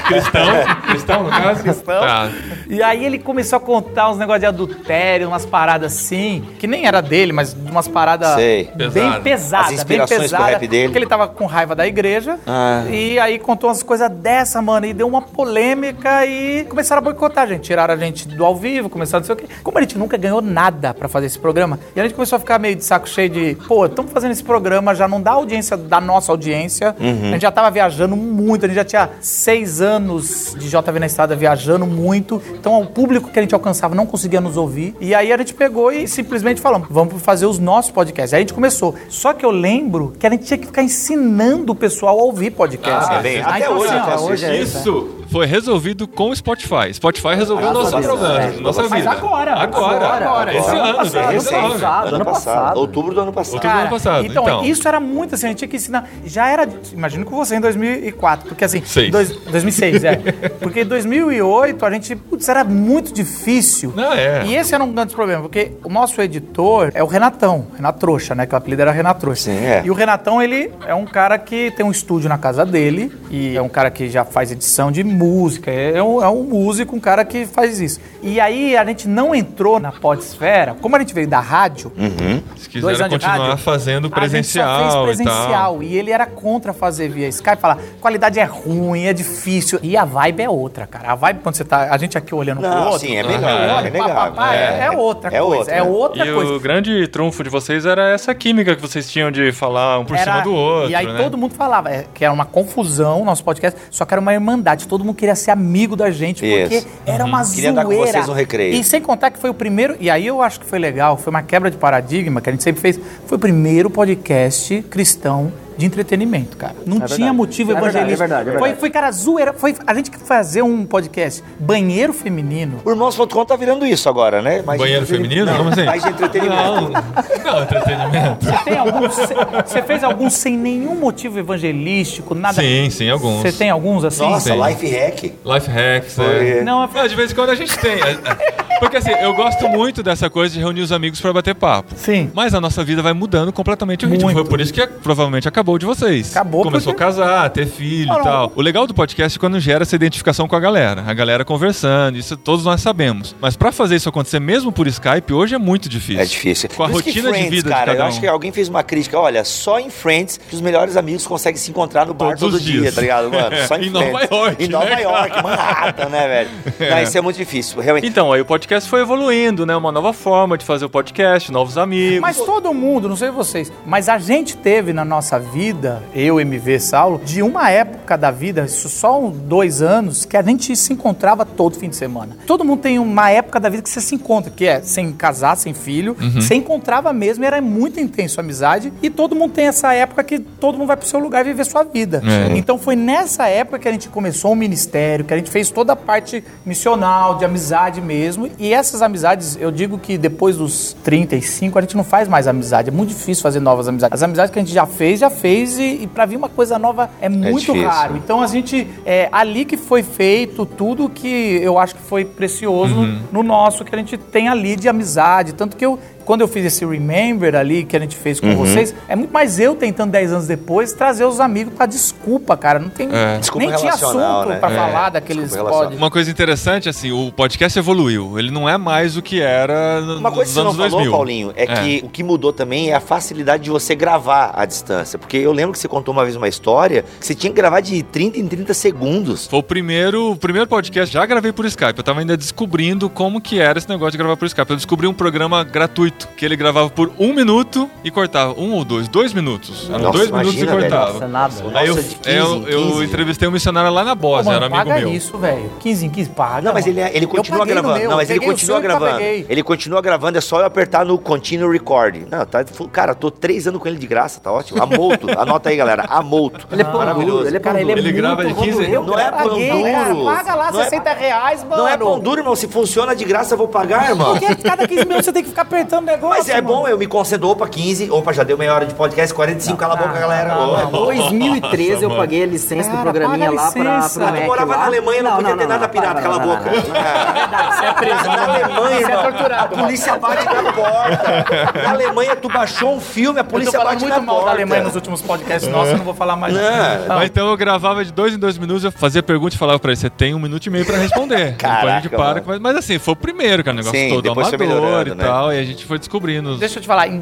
Cristão? Cristão, no caso?
Cristão.
Tá.
E aí ele começou a contar uns negócios de adultério, umas paradas assim, que nem era dele, mas umas paradas
Sei.
Pesada.
bem pesadas,
As
bem
inspirações pro
pesadas.
rap dele.
Porque ele tava com raiva da igreja.
Ah.
E aí contou umas coisas dessa, mano, e deu uma polêmica e começaram a boicotar a gente. Tiraram a gente do ao vivo, começaram a não sei o quê. Como a gente nunca ganhou nada pra fazer esse programa, e a gente começou a ficar meio de saco cheio de, pô, estamos fazendo esse programa, já não dá audiência da nossa audiência.
Uhum.
A gente já tava viajando muito, a gente já tinha seis anos de JV na estrada viajando muito. Então o público que a gente alcançava não conseguia nos ouvir. E aí a gente pegou e simplesmente falamos, vamos fazer os nossos podcasts. Aí a gente começou. Só que eu lembro que a gente tinha que ficar ensinando o pessoal a ouvir podcast.
Ah, bem,
Ah,
até
então,
hoje
assim,
eu
ó,
faço
hoje
isso.
é
né?
Isso foi resolvido com o Spotify. Spotify resolveu o nosso
Graças a Deus,
problema,
é.
nossa
Ah, Mas
vida.
agora,
Agora.
agora,
Esse
agora.
ano,
Ano
velho,
Recente,
ano
resolve.
passado, ano passado.
Outubro do ano passado.
Outubro do ano passado,
Então,
então.
isso era muito assim, a gente tinha que ensinar. Já era, imagino que você em 2004, porque assim,
Seis.
dois- 2006, é. Porque em 2008 a gente, putz, era muito difícil.
Não, é.
E esse era um grande problema, porque o nosso editor é o Renatão, Renato Trouxa, né, que o apelido era Renato Trouxa.
Sim, é.
E o Renatão, ele é um cara que tem um estúdio na casa dele e é um cara que já faz edição de música, é um, é um músico, um cara que faz isso. E aí a gente não entrou na podesfera, como a gente veio da rádio,
Uhum.
Se
dois
quiser
anos de
continuar
rádio,
fazendo
a gente só
presencial,
fez
e tal.
presencial. E, ele era contra fazer via Skype, falar, qualidade é ruim, é difícil. E a vibe é outra, cara. A vibe quando você tá, a gente aqui olhando pro
Não,
outro.
né?
sim, é legal, é
Pá, pá,
legal.
pá, é, é outra
é
coisa.
outra.
é outra
E
coisa.
o grande trunfo de vocês era essa química que vocês tinham de falar um por
Era-
cima do outro,
E aí
né?
todo mundo falava é, que era uma confusão o nosso podcast, só que era uma irmandade. Todo mundo queria ser amigo da gente, porque
Isso.
era uma
Queria
zoeira.
dar com vocês um recreio.
E sem contar que foi o primeiro... E aí eu acho que foi legal, foi uma quebra de paradigma que a gente sempre fez. Foi o primeiro podcast cristão de entretenimento, cara. Não tinha motivo
É verdade,
evangelístico.
é verdade, é
Foi,
verdade.
foi, cara, zoeira. Foi a gente que fazer um podcast banheiro feminino...
O Irmãos.com tá virando isso agora, né? Mais de
Banheiro
entretenimento.
feminino?
Não,
Como assim?
Mais de entretenimento.
Não, não, entretenimento.
Você tem algum- Você você fez algum sem nenhum motivo evangelístico, nada?
Sim, sim, alguns.
Você tem alguns assim?
Nossa,
Sim.
life hack.
Life hacks,
Foi.
é.
Não, é
Não, de vez em quando a gente tem. É, é. Porque assim, eu gosto muito dessa coisa de reunir os amigos pra bater papo.
Sim.
Mas a nossa vida vai mudando completamente o ritmo.
Muito.
Foi por isso que provavelmente acabou de vocês.
Acabou
Começou
porque-
a casar, ter filho
Não,
e tal. O legal do podcast é quando gera essa identificação com a galera. A galera conversando, isso todos nós sabemos. Mas pra fazer isso acontecer mesmo por Skype, hoje é muito difícil.
É difícil.
Com a
Por isso que
rotina de vida de
cara,
cada
eu
um.
acho que alguém fez uma crítica. Olha, só em Friends que os melhores amigos conseguem se encontrar no bar
Todos
todo
os
dia,
dias.
tá ligado, mano? Só em,
Em Nova
Friends.
York,
Em Nova
né,
York, Manhattan, né, velho? Não, isso é muito difícil, realmente.
Então, aí o podcast foi evoluindo, né? Uma nova forma de fazer o podcast, novos amigos.
Mas todo mundo, não sei vocês, mas a gente teve na nossa vida, eu, MV, Saulo, de uma época da vida, isso só uns dois anos, que a gente se encontrava todo fim de semana. Todo mundo tem uma época da vida que você se encontra, que é sem casar, sem filho,
Uhum.
você encontrava mesmo, era muito intenso a amizade, e todo mundo tem essa época que todo mundo vai pro seu lugar viver sua vida.
É.
Então foi nessa época que a gente começou o ministério, que a gente fez toda a parte missional, de amizade mesmo. E essas amizades, eu digo que depois dos 35, a gente não faz mais amizade. É muito difícil fazer novas amizades. As amizades que a gente já fez, já fez. E, e para vir uma coisa nova é muito
difícil.
raro. Então a gente, é, ali que foi feito tudo
Uhum.
que eu acho que foi precioso no nosso, que a gente tem ali de amizade. Tanto que eu. quando quando eu fiz esse Remember ali que a gente fez com
Uhum.
vocês, é muito mais eu tentando 10 anos depois trazer os amigos pra desculpa, cara. Não tem.
É.
Desculpa
Nem tinha assunto
relacional, né?
pra
É.
falar daqueles
Desculpa relacional.
pod.
Uma coisa interessante, assim, o podcast evoluiu. Ele não é mais o que era no-
Uma coisa
nos
que você não
anos
falou,
2000.
Paulinho, é,
É.
que o que mudou também é a facilidade de você gravar à distância. Porque eu lembro que você contou uma vez uma história que você tinha que gravar de 30 em 30 segundos.
Foi o primeiro, o primeiro podcast, já gravei por Skype. Eu tava ainda descobrindo como que era esse negócio de gravar por Skype. Eu descobri um programa gratuito, que ele gravava por um minuto e cortava. Um ou dois, dois minutos. Eram
Nossa,
dois minutos e
imagina, velho.
cortava.
Nossa, nada. né?
Nossa,
Aí eu,
de 15
eu,
em 15.
eu entrevistei um missionário lá na
Pô,
Bósnia,
mano,
era amigo
paga
meu.
isso, velho. 15 em 15, paga.
Não, mas
mano.
ele, é- ele
Eu
continua
paguei no
gravando.
meu,
não, mas ele
peguei o
continua
seu e
gravando.
paguei.
Ele continua gravando, é só eu apertar no Continue Record. Não, tá, cara, tô três anos com ele de graça, tá ótimo. Amouto, anota aí, galera, tá amouto.
Ele é pão duro, ele é pão
Cara, ele é
duro.
Ele grava de 15
Eu
Não é pão
Paguei, cara.
duro.
Paga lá
Não é-
60 reais, mano.
Não é pão duro, irmão. Se funciona de graça, eu vou pagar, irmão.
Porque cada 15 minutos você tem que ficar apertando o negócio.
Mas é
mano.
bom, eu me concentro. Opa, 15. Opa, já deu meia hora de podcast, 45. cala a boca, galera.
Não, não,
Ô, é
2013 eu paguei a licença
Cara,
do programinha
paga a
lá pra,
licença.
pro
Tu
Mac
morava
lá.
na Alemanha, não podia ter nada
não,
pirata,
não,
cala a
não,
boca.
não, não, não.
Você é preso na Alemanha,
Você é
irmão.
torturado,
A polícia bate na porta. Na Alemanha, tu baixou um filme, a
Eu tô
polícia
falando
bate na
muito
porta.
mal da Alemanha nos últimos podcasts nossos, eu não vou falar mais.
Não,
Mas então eu gravava de dois em dois minutos, eu fazia pergunta e falava pra ele, você tem um minuto e meio pra responder. Depois a
Caraca,
gente para.
mano.
Mas, mas assim, foi o primeiro, cara, o negócio
Sim,
todo
depois foi
amador e
melhorando, né?
tal, e a gente foi descobrindo.
Deixa eu te falar, em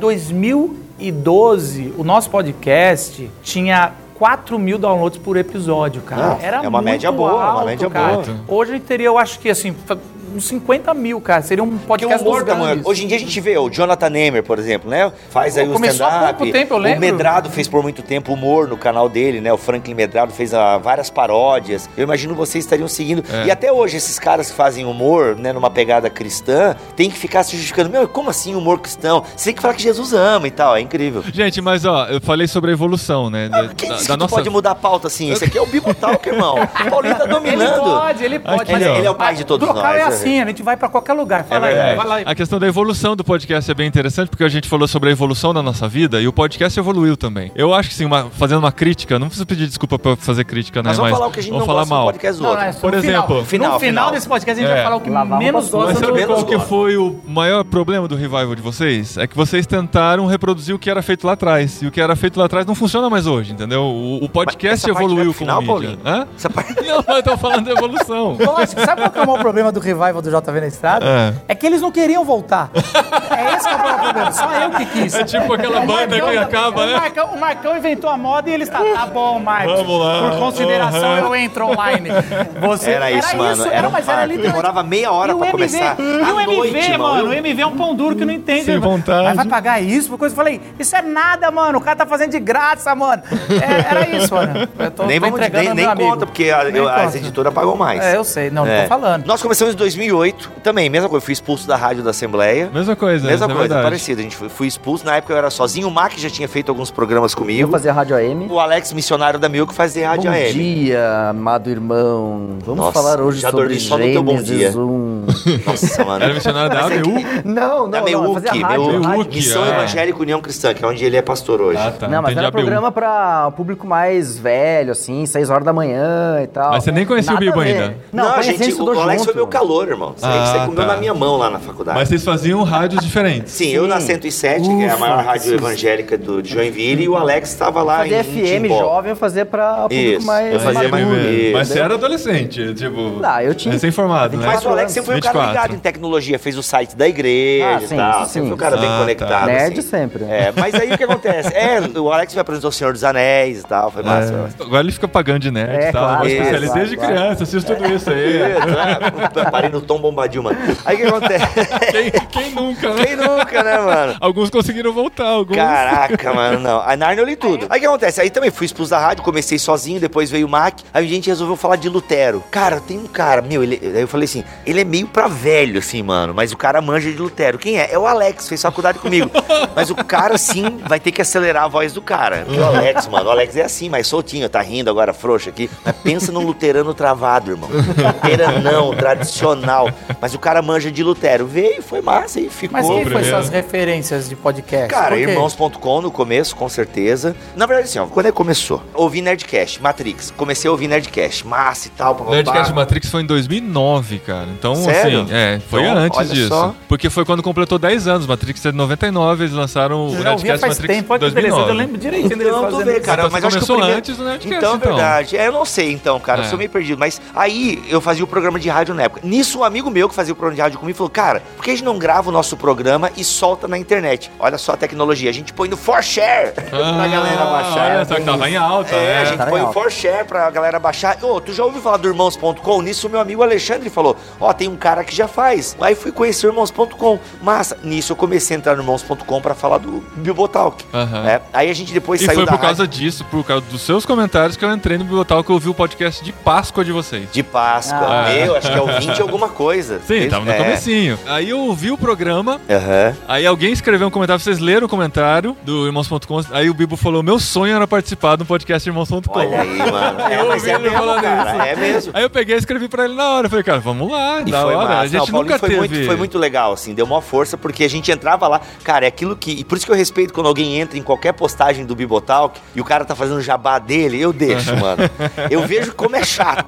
2012, o nosso podcast tinha 4 mil downloads por episódio, cara.
Ah,
Era
é uma
muito
média boa, uma
alto,
média
cara.
boa.
Hoje ele teria, eu acho que assim, fa- uns 50 mil, cara. Seria um
Porque o
podcast
humor
dos
da manhã.
grandes.
Hoje em dia a gente vê o Jonathan Nehmer, por exemplo, né? Faz aí o
Começou há
stand-up.
pouco tempo, eu lembro.
O Medrado fez por muito tempo humor no canal dele, né? O Franklin Medrado fez ah, várias paródias. Eu imagino vocês estariam seguindo. E até hoje, esses caras que fazem humor, né, numa pegada cristã, tem que ficar se justificando. Meu, como assim humor cristão? Você tem que falar que Jesus ama e tal. É incrível.
Gente, mas ó, eu falei sobre a evolução, né? Da,
Quem
da-
disse
da
que tu pode mudar a pauta assim? Esse aqui é o Bibo Talk, irmão. O Paulinho tá
Ele
dominando.
pode, ele pode.
Aqui,
mas
ó.
Ele é o pai de todos
do cara
nós,
é
né?
assim, a gente vai pra qualquer lugar. Fala aí,
verdade.
vai lá.
A questão da evolução do podcast é bem interessante porque a gente falou sobre a evolução da nossa vida e o podcast evoluiu também. Eu acho que sim, uma- fazendo uma crítica, não preciso pedir desculpa pra fazer crítica, né?
Mas vamos
mas
falar o que a gente
vamos
não
falar
gosta no
mal.
podcast do
Não,
outro.
não, é só
Por
no
exemplo,
final.
final,
no final
final.
desse podcast a gente
É.
vai falar o que
Lavar uma
menos
roupa
gosta
Mas
Todo
sabe
mundo
qual que
gosta.
foi o maior problema do revival de vocês? É que vocês tentaram reproduzir o que era feito lá atrás. E o que era feito lá atrás não funciona mais hoje, entendeu? O, o podcast
Essa parte vai
evoluiu
pro
com
final,
o mídia.
Paulinho?
Hã?
Essa parte-
Não, eu tô falando da evolução.
Lógico, sabe qual que é o maior problema do revival do JV na estrada?
É.
É, que eles não queriam voltar. É esse que é o maior problema. Só eu que quis.
É tipo aquela
O
banda
Marcão- É,
que acaba,
O
né?
Marcão, o Marcão inventou a moda e ele está. Tá bom, Marcos.
Vamos lá.
Por consideração,
Aham.
eu entro online. Você,
Era isso, mano.
não,
Era um
mas era
parto.
literalmente-
Demorava meia hora
E o
pra
MV,
começar.
E o
À
MV,
noite,
mano.
mano.
O MV é um pão duro que não entende.
Sem
mano.
vontade.
Mas vai pagar isso? Porque eu falei, isso é nada, mano. O cara tá fazendo de graça, mano. É, era isso, mano. Eu tô,
Nem,
tô
vamos,
entregando
nem,
ao
nem
meu amigo.
conta, porque a,
Nem
eu- as
conta.
editoras pagam mais.
É, eu sei. Não, não
É.
tô falando.
Nós começamos em 2008, também, mesma coisa, fui expulso da rádio da Assembleia.
Mesma coisa,
Mesma
isso é
coisa,
verdade.
parecido. A gente foi, fui expulso, na época eu era sozinho, o Mac já tinha feito alguns programas
Eu
comigo.
fazia rádio AM.
O Alex, missionário da Milk, fazia rádio
Bom
AM.
dia, amado irmão. Vamos
Nossa,
falar hoje
já
sobre
dormi só no teu bom
Gênesis
dia.
1.
Nossa, mano.
Era missionário da
é
ABU?
Não, não, é
Da
não, eu
Meuc,
fazia rádio.
Meuc,
rádio.
Missão
é.
Evangélica União Cristã, que é onde ele é pastor hoje.
Ah, tá.
Não, mas
entendi
era
ABU.
programa pra o público mais velho, assim, 6 horas da manhã e tal.
Mas você nem conhecia o
Nada
Bibo
a ver.
ainda?
Não,
Não,
conheci, a
gente,
gente
o
estudou
Alex
junto.
foi meu calor, irmão. Você,
Ah,
você comeu
tá.
na minha mão lá na faculdade.
Mas vocês faziam rádios diferentes.
Sim, eu na 107, que é a maior
Ufa,
rádio
sim.
evangélica do, de Joinville, e o Alex estava lá em
Fazia FM
Timbó.
jovem, eu fazia pra público
tipo, Isso,
mais
eu fazia um
maduro.
mais-
entendeu?
Mas você era adolescente, tipo.
Ah, eu tinha-
Recém-formado, né?
Mas o Alex sempre foi um cara
24.
ligado em tecnologia, fez o site da igreja
Ah, sim,
e tal.
isso
sempre
sim.
foi um cara
Ah,
bem
tá.
conectado.
Nerd
assim.
sempre.
É, mas aí o que acontece? É, o Alex me apresentou o Senhor dos Anéis e tal, foi massa.
É, Agora ele fica pagando de nerd
É,
e tal.
claro,
mas
é,
especialista
claro,
desde
claro.
criança, assisto tudo isso aí.
É, é, Parei no Tom Bombadil, mano. Aí o que acontece?
Quem, quem nunca, né?
Quem nunca, né, mano?
Alguns conseguiram voltar, alguns.
Caraca, mano, não. A Narnia eu li tudo. Aí o que acontece? Aí também fui expulso da rádio, comecei sozinho, depois veio o Mac. Aí um a gente resolveu falar de Lutero. Cara, tem um cara, meu, ele, aí eu falei assim, ele é meio pra velho, assim, mano, mas o cara manja de Lutero. Quem é? É o Alex, fez faculdade comigo. Mas o cara, sim, vai ter que acelerar a voz do cara. Porque o Alex, mano, o Alex é assim, mas soltinho, tá rindo agora, frouxo aqui. Mas pensa num luterano travado, irmão. Luteranão, tradicional sensacional. mas o cara manja de Lutero. Veio, foi massa e ficou.
Mas quem foi
primeiro.
suas referências de podcast?
Cara,
Por quê?
irmãos.com no começo, com certeza. Na verdade, assim, ó, quando é que começou? Ouvi Nerdcast, Matrix. Comecei a ouvir Nerdcast, massa e tal, papapá.
Nerdcast Matrix foi em 2009, cara. Então,
Sério?
assim, é, foi
Então,
antes
olha
disso.
só.
Porque foi quando completou 10 anos. Matrix é de 99, eles lançaram o
Eu já ouvia
Nerdcast
faz
Matrix
tempo, olha que
2009.
beleza, eu lembro direitinho deles
Então, tu
fazendo
vê,
isso.
cara, mas
Então, você
acho que o
começou
primeiro...
antes do Nerdcast,
Então,
então.
verdade. É, eu não sei, então, cara,
É.
eu sou meio perdido. Mas aí eu fazia o programa de rádio na época. Nisso, um amigo meu que fazia o programa de rádio comigo falou, cara, por que a gente não grava o nosso programa e solta na internet? Olha só a tecnologia, a gente põe no For Share
Ah,
pra galera baixar. né?
Olha só que tava em alta,
É,
né?
a gente
Tá
põe
legal.
o for share pra galera baixar. Ô, tu já ouviu falar do Irmãos.com? Nisso, meu amigo Alexandre falou: Ó, tem um cara que já faz. Aí fui conhecer o Irmãos.com. Massa, nisso eu comecei a entrar no Irmãos.com pra falar do Bilbotalk.
Aham.
né? Aí a gente depois
E
saiu
foi
da
por
rádio
causa disso, por causa dos seus comentários, que eu entrei no Bibliotal que eu ouvi o podcast de Páscoa de vocês.
de Páscoa.
Ah.
Meu, acho que é o 20 e alguma coisa.
Sim, tava no
é.
comecinho. Aí eu ouvi o programa,
Aham.
aí alguém escreveu um comentário, vocês leram o comentário do Irmãos.com, aí o Bibo falou, meu sonho era participar do podcast Irmãos.com.
Olha aí, mano. É, mas é
ouvi ele
mesmo,
falando
cara.
isso.
É mesmo.
Aí eu peguei e escrevi pra ele na hora. Eu falei, cara, vamos lá,
E
da
foi
hora.
massa.
A gente
Não, o Paulinho
nunca
foi
teve.
Muito, foi muito legal, assim, deu uma força, porque a gente entrava lá. Cara, é aquilo que. E por isso que eu respeito quando alguém entra em qualquer postagem do Bibotalk e o cara tá fazendo jabá dele, eu deixo, mano. Eu vejo como é chato.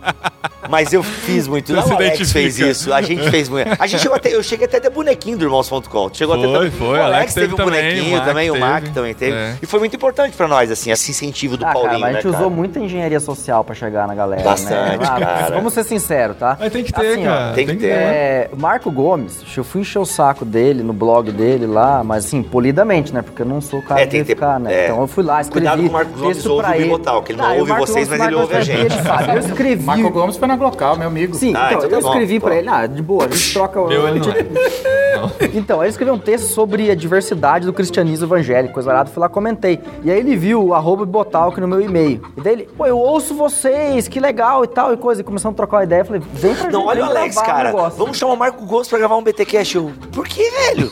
Mas eu fiz muito.
Você
Não, é
se
o Alex
identifica.
fez isso. A gente fez muito. A gente chegou até. Eu cheguei até até bonequinho do Irmãos.com. Chegou até
Foi,
também.
foi,
O
Alex
Alex teve
teve
um
também, o
bonequinho
Mac
também, o
teve.
Mac também teve.
É.
E foi muito importante pra nós, assim, esse incentivo do
Ah, cara,
Paulinho.
mas a gente
né, cara?
usou muita engenharia social pra chegar na galera, né?
Bastante, cara.
Vamos ser sinceros, tá?
Mas tem que ter,
Assim, ó,
cara.
tem que ter. né?
É, Marco Gomes, eu fui encher o saco dele no blog dele lá, mas assim, polidamente, né? Porque eu não sou o cara
É,
de
tem que ter-
ficar, né?
é.
Então eu fui lá, escrevi.
Cuidado com o Marco Gomes,
texto
ouve
pra
o Bibotal, que ele não
Ah, e o
ouve
Marco
vocês,
Gomes,
mas ele
Marco
ouve a
Gomes,
gente.
Ele sabe, eu escrevi.
Marco Gomes foi na Glocal, meu amigo.
Sim,
Ah,
então,
então tá
eu
bom,
escrevi
pô.
pra ele, ah, de boa, a gente troca o.
Meu, ele não é.
Então, ele escreveu um texto sobre a diversidade do cristianismo evangélico, coisa arada, fui lá, comentei. E aí ele viu o arroba Botalk no meu e-mail. E daí ele, pô, eu ouço vocês, que legal e tal, e coisa. E começamos a trocar uma ideia, eu falei, vem pra
Não,
gente
olha o
gravar
Alex,
um
cara.
negócio.
Vamos chamar o Marco Gomes pra gravar um BT Cash. Eu, por que, velho?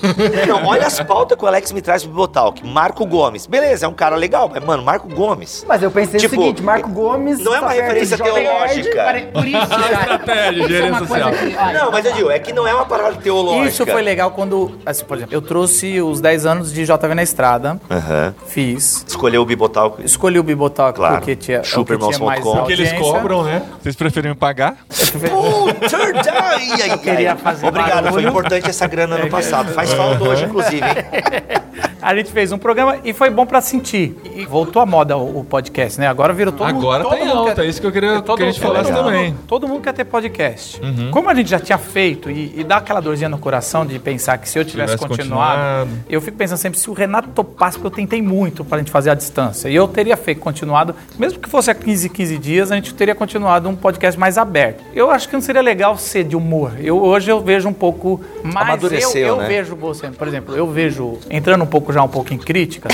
não, olha as pautas que o Alex me traz pro Botalk. Marco Gomes. Beleza, é um cara legal, mas, mano, Marco Gomes.
Mas eu pensei
Tipo,
o seguinte, Marco Gomes...
Não é uma
tá perto
referência
de Jovem
teológica.
Pare- Por isso, cara.
Estratégia,
Isso é
gerência
uma coisa
social.
que- olha,
Não, mas eu digo, é que não é uma parada teológica.
Isso foi legal quando, assim, por exemplo, eu trouxe os 10 anos de JV na estrada,
Aham.
fiz.
Escolheu o Bibotalk.
Escolhi o Bibotalk
Claro.
porque tinha, é o
Chupa
que tinha mais
irmãos.com.
Porque eles
audiência.
cobram, né? Vocês preferem me pagar?
Puta, ai, ai, ai.
queria fazer
Obrigado, foi
barulho. É
importante essa grana no passado. Faz falta hoje, inclusive, hein?
A gente fez um programa e foi bom pra sentir. E voltou à moda o, o podcast, né? Agora virou todo mundo.
Agora
todo
tá em
mundo
alta,
quer-
é isso que eu queria
todo
que a gente
mundo-
falasse
todo mundo-
também.
assim, "Ah, Todo mundo quer ter podcast. Como a gente já tinha feito e, e dá aquela dorzinha no coração de pensar que se eu tivesse,
Tivesse
continuado,
continuado.
eu fico pensando sempre se o Renato topasse, porque eu tentei muito pra gente fazer a distância. E eu teria feito continuado, mesmo que fosse a 15, 15 dias, a gente teria continuado um podcast mais aberto. Eu acho que não seria legal ser de humor. Eu, hoje eu vejo um pouco mais.
Amadureceu,
eu, eu
né?
vejo você, por exemplo, eu vejo, entrando um pouco já um pouco em crítica,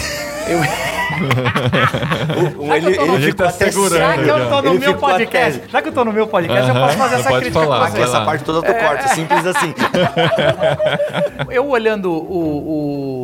eu.
O- o- ele
Um, Ele
ficou
tá
até
segurando.
Já que eu tô no
Ele
meu
ficou
podcast, já que eu tô no meu podcast, eu
Aham,
posso fazer essa
pode
crítica
falar,
pra
Aqui,
vocês.
essa parte toda tu corta, simples assim.
Eu olhando o,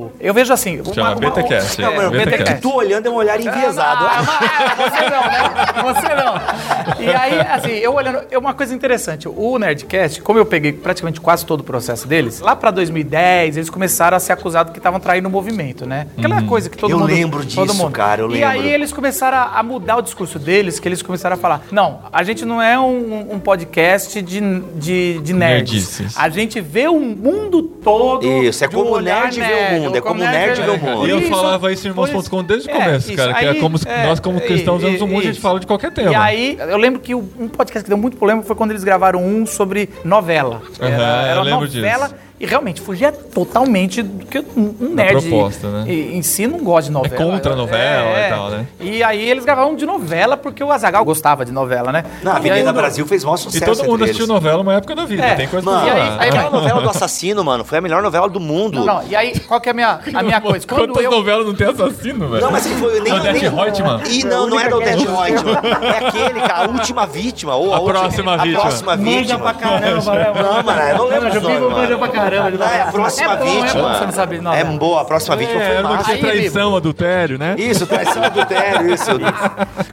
o- Eu vejo assim. uma-
Chama
uma-
BTcast.
Não,
é,
mas o
É que
BTcast.
tu olhando é um olhar enviesado.
Ah, mas- você não, né? Você não. E aí, assim, eu olhando. é Uma coisa interessante, o Nerdcast, como eu peguei praticamente quase todo o processo deles, lá pra 2010, eles começaram a ser acusados que estavam traindo o movimento, né? Aquela
Uhum.
coisa que todo
Eu
mundo.
lembro
todo
disso,
mundo.
cara, eu
E aí
lembro.
eles começaram a a mudar o discurso deles, que eles começaram a falar: não, a gente não é um, um podcast de, de, de nerds.
Nerdices.
A gente vê o mundo todo.
Isso, é
de um
como o
olhar
nerd vê o mundo, é como o nerd vê o mundo.
E eu
Isso,
falava isso em irmãos.com desde o
pois-
começo,
é,
cara.
isso.
que é
Aí,
como se-
é,
nós, como
e-
cristãos,
e-
usamos o mundo, a gente
isso.
fala de qualquer tema.
E aí, eu lembro que o- um podcast que deu muito problema foi quando eles gravaram um sobre novela.
Aham, eu
uma
lembro
novela
disso.
e realmente fugia totalmente do que um um
Da
nerd
proposta, né? É
e- em si não gosta de novela. É,
contra a novela e tal, né?
E aí eles gravavam de novela porque o Azagal gostava de novela, né?
Na
E aí-
Avenida Brasil fez maior
E
sucesso.
todo mundo
entre
assistiu
eles.
novela uma época da vida,
É,
tem coisa
Mano,
pra
E aí-
falar.
aí vai-
aquela novela do assassino, mano, foi a melhor novela do mundo.
Não, não, e aí qual que é a minha, a minha coisa? Quando
Quantas
eu
novelas não tem assassino, velho?
Não, mas ele foi nem.
Odete
nem...
Reutemann.
Ih, não, não é da Odete Reutemann. É aquele, cara, a última vítima. Ou a,
A
última-
próxima
A
vítima.
próxima vítima.
caramba, né?
Não, mano, eu não lembro
Manja,
os nomes,
manja
mano.
pra
caramba. ele
Ah, é a próxima
É bom, é bom
vítima.
você não né? saber de novela.
É boa, a próxima vítima
É,
foi
era uma
massa.
que tinha traição, adultério, né?
Isso, traição e adultério, isso.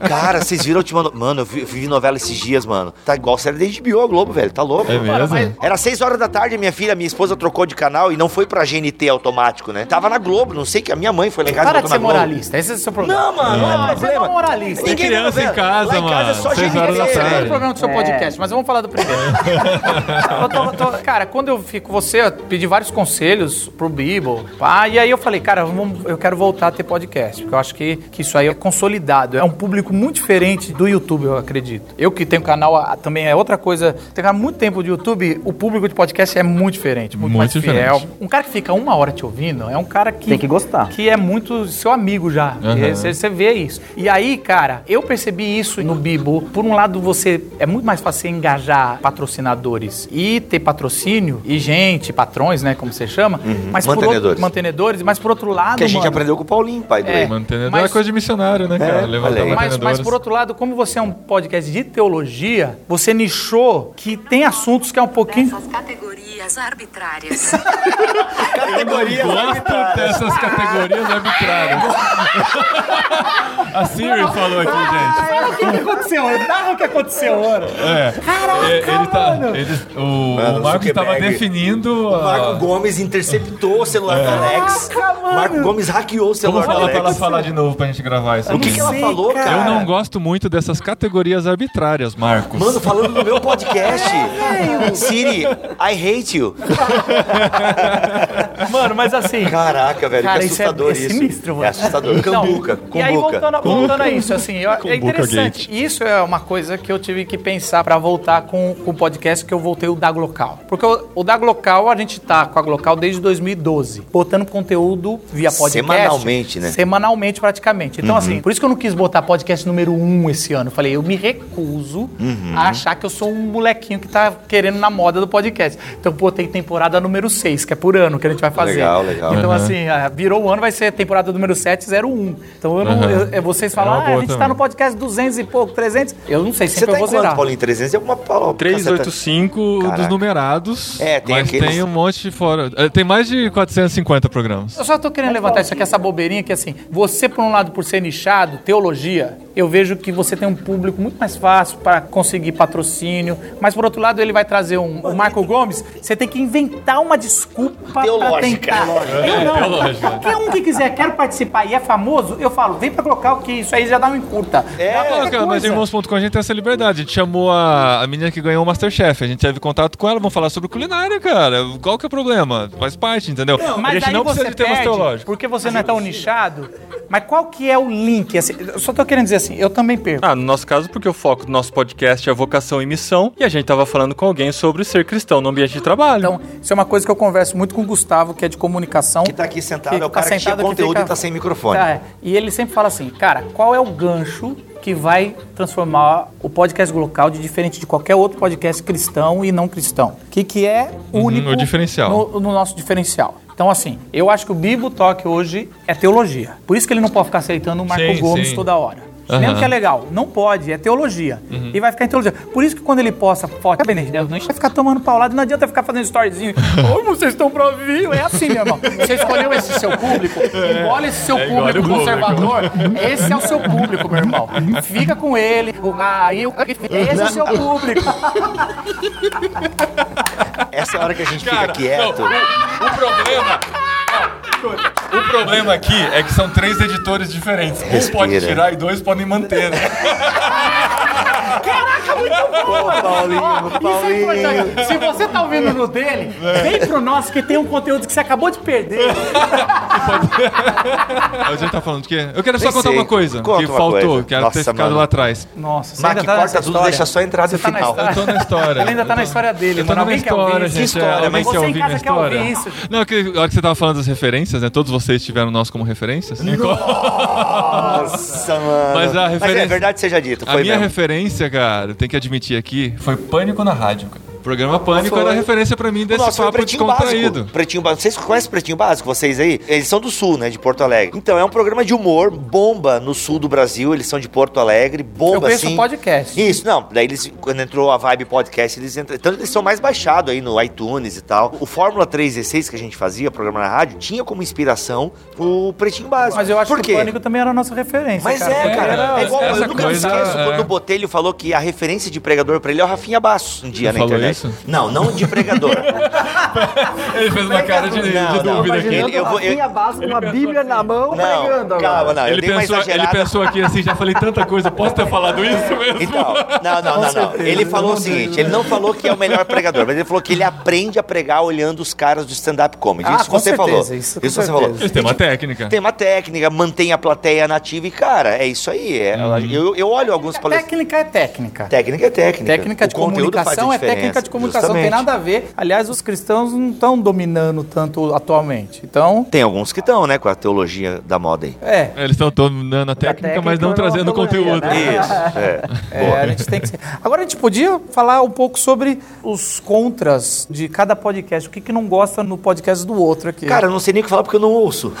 Cara, vocês viram a última. no- Mano, eu vi, vi novela esses dias, mano. Tá igual série da HBO Globo, velho. Tá louco.
É mesmo?
Era seis horas da tarde, minha filha, minha esposa trocou de canal e não foi pra GNT automático, né? Tava na Globo, não sei que a minha mãe foi lá em casa. e
Para de
botou
ser
na Globo.
moralista, esse é o seu problema.
Não, mano, não, é
Você é
problema.
um moralista.
Tem
vê
criança
novela.
em casa,
lá em casa é
mano.
só
Seis
GNT.
horas da
Esse é
tarde.
o problema do
né?
seu podcast, mas vamos falar do primeiro. Eu tô- tô- cara, quando eu fico, você eu pedi vários conselhos pro Bibo, pá, e aí eu falei, cara, vamos- eu quero voltar a ter podcast, porque eu acho que, que isso aí é consolidado. É um público muito diferente do YouTube, eu acredito. Eu que tenho canal ah, também é outra coisa. Tenho há muito tempo de YouTube, o público de podcast é muito diferente, muito,
Muito
mais
diferente.
fiel. Um cara que fica uma hora te ouvindo é um cara que.
Tem que gostar.
Que é muito seu amigo já.
Aham.
Você você vê isso. E aí, cara, eu percebi isso no Bibo. Por um lado, você é muito mais fácil você engajar patrocinadores e ter patrocínio e gente, patrões, né, como você chama, mas por outro-
Uhum. Mantenedores.
mantenedores, mas por outro lado,
Que a gente
mano,
aprendeu com o Paulinho, pai do
É.
Lei.
Mantenedor
Mas-
é coisa de missionário, né,
É,
cara? Levantar
olha aí.
mas, mas
mantenedores.
por outro lado, como você é um podcast de teologia, você nichou que tem assuntos que é um pouquinho
Dessas categorias arbitrárias.
Categoria.
Gosto dessas categorias arbitrárias. A Siri falou aqui, gente.
o que, que aconteceu? Eu dava o que aconteceu, ora.
É. É, ele tá, ele- o,
Mano,
o Marcos estava
Zuckerberg.
definindo
O Marco
a,
Gomes interceptou o celular do Alex. Marco Gomes hackeou o
Vamos
celular do
falar É. pra ela
Alex.
falar de novo pra gente gravar isso
O que,
aqui.
que ela
sei,
falou,
cara.
cara?
Eu não gosto muito dessas categorias arbitrárias, Marcos.
Mano, falando no meu podcast. Siri, I hate you.
Mano, mas assim,
Caraca, velho,
Cara,
que
isso é-
assustador
é
isso.
sinistro, mano.
É assustador.
Não,
Cambuca,
E aí,
cumbuca.
voltando, a- voltando a isso, assim, eu- é interessante.
Gate.
Isso é uma coisa que eu tive que pensar pra voltar com, com o podcast, que eu voltei o Dag Local. Porque o, o Dag Local, a gente tá com a Glocal desde 2012, botando conteúdo via podcast.
Semanalmente, né? Uhum.
Semanalmente, praticamente. Então, assim, por isso que eu não quis botar podcast número um esse ano. Eu falei, eu me recuso
Uhum.
a achar que eu sou um molequinho que tá querendo na moda do podcast. Então, botei temporada número 6, que é por ano que a gente vai fazer.
Legal, legal.
Então, assim, ah, virou o ano, vai ser temporada número 701. Então, eu não,
Aham.
eu- eu- vocês
É
falam,
uma
ah, a
boa
gente tá
também.
no podcast 200 e pouco, 300. Eu não sei,
Você
sempre
tá
eu
em
vou
quanto,
zerar.
Paulinho? 300 é uma palavra.
385 dos
Caraca.
numerados.
É, tem
mas
aqueles-
tem um monte de fora. É, Tem mais de 450 programas.
Eu só tô
Tá
querendo levantar isso aqui, essa bobeirinha que, assim, você, por um lado, por ser nichado, teologia, eu vejo que você tem um público muito mais fácil para conseguir patrocínio, mas, por outro lado, ele vai trazer um, o Marco Gomes, você tem que inventar uma desculpa
Teológica.
pra tentar. Eu não. Qualquer um que quiser, quero participar e é famoso, eu falo, vem pra colocar o que isso aí já dá um encurta. É,
Ah, cara, mas irmãos.com a gente tem essa liberdade. A gente chamou a, a menina que ganhou o Masterchef. A gente teve contato com ela, vamos falar sobre culinária, cara. Qual que é o problema? Faz parte, entendeu? a
Mas
gente
aí
não
você
precisa de temas
perde,
teológicos.
Porque você não é tão nichado. Mas qual que é o link? Assim, eu só tô querendo dizer assim, eu também perco.
Ah, no nosso caso, porque o foco do nosso podcast é vocação e missão, e a gente tava falando com alguém sobre ser cristão no ambiente de trabalho.
Então, isso é uma coisa que eu converso muito com o Gustavo, que é de comunicação.
Que tá aqui sentado, é o
tá
cara que tinha
sentado,
conteúdo e tá sem microfone.
Tá, é. E ele sempre fala assim, cara, qual é o gancho que vai transformar o podcast local de diferente de qualquer outro podcast cristão e não cristão? O que, que é único
o Uhum, diferencial.
No, no nosso diferencial? Então, assim, eu acho que o Bibo Talk hoje é teologia. Por isso que ele não pode ficar aceitando o Marco
Sim,
Gomes
sim.
toda hora.
Aham.
Mesmo que é legal, não pode, é teologia. E vai ficar em teologia. Por isso que quando ele posta foto, é Benedito,
né?
não vai ficar tomando paulado, não adianta ficar fazendo storyzinho. Como vocês estão pra ouvir? É assim, meu irmão. Você escolheu esse seu público, embora esse seu
engole
público
o público.
conservador, esse é o seu público, meu irmão. Fica com ele. Aí, o- esse é o seu público.
Essa é a hora que a gente fica quieto.
não, o, o problema. não, O problema aqui é que são três editores diferentes. Um pode
Respira.
tirar e dois podem manter. né?
é
Paulinho,
Isso é importante. Se você tá ouvindo no dele, vem pro nosso que tem um conteúdo que você acabou de perder.
A gente tá falando de quê? Eu quero só
Nem
contar
sei.
uma coisa
Conta
que
uma
faltou,
coisa.
que era
Nossa,
ter ficado
mano.
lá atrás.
Nossa, você
Mac
ainda tá
corta
nessa
tudo,
história.
deixa só a entrada
Você tá na
final.
história.
Eu tô na história.
Ele ainda tá
Eu
na
tô-
história dele,
Eu tô
mano.
na
Alguém quer ouvir
história,
isso?
gente.
Que história,
é, alguém
mas
quer
você em
ouvir
casa
minha
quer ouvir
história.
isso.
Não, que, a hora que você tava falando das referências, né? Todos vocês tiveram nós como referências.
Nossa, mano.
Mas a
Mas é
referência-
verdade seja dito,
A
foi
minha
mesmo.
referência, cara, tem que admitir aqui, foi Pânico na Rádio, cara. O programa Pânico
Foi.
era referência pra mim desse
Nossa, foi o
papo
Pretinho Básico.
descontraído.
Pretinho Básico. Vocês conhecem o Pretinho Básico, vocês aí? Eles são do Sul, né? De Porto Alegre. Então, é um programa de humor, bomba no Sul do Brasil. Eles são de Porto Alegre,
Eu
bomba
penso
assim.
podcast.
Isso, não. Daí eles, quando entrou a Vibe Podcast, eles entram. Tanto eles são mais baixados aí no iTunes e tal. O Fórmula 316 que a gente fazia, programa na rádio, tinha como inspiração o Pretinho Básico.
Mas eu acho
Por
que o
quê?
Pânico também era a nossa referência.
Mas
cara.
é, cara.
Era-
é igual,
essa
eu nunca me
coisa,
esqueço
é.
quando o Botelho falou que a referência de pregador pra ele é o Rafinha Bastos um dia
Ele
na
falou
internet.
isso?
Não, não de pregador.
Ele fez uma cara de, de
Não, não,
dúvida aqui.
imagina-
Imaginando
eu vou- eu-
Rafinha Bastos com uma bíblia na mão pregando
não,
agora.
calma, não. Eu
Ele
dei uma
pensou, ele
exagerada.
pensou aqui assim, já falei tanta coisa, posso ter falado isso mesmo?
Então, não, não, não, não. Ele falou o seguinte: ele não falou que é o melhor pregador, mas ele falou que ele aprende a pregar olhando os caras do stand-up comedy.
Ah,
isso
com
você
certeza,
falou.
isso com
você
certeza.
falou.
Ele tem uma técnica.
Tem uma técnica, mantém a plateia nativa e, cara, é isso aí. é-
Uhum.
eu, eu olho alguns palestrantes.
Técnica é técnica.
Técnica é técnica.
Técnica de
O conteúdo faz a
comunicação é
diferença,
técnica de comunicação, não tem
justamente.
nada a ver. Aliás, os cristãos não estão dominando tanto atualmente. Então,
Tem alguns que estão, né, com a teologia da moda aí.
é,
Eles estão dominando a técnica, mas não
técnica não
trazendo
é uma teoria,
conteúdo.
né?
Isso, é.
é,
Boa.
a gente tem que ser. Agora a gente podia falar um pouco sobre os contras de cada podcast. O que, que não gosta no podcast do outro aqui.
Cara, eu não sei nem o que falar porque eu não ouço.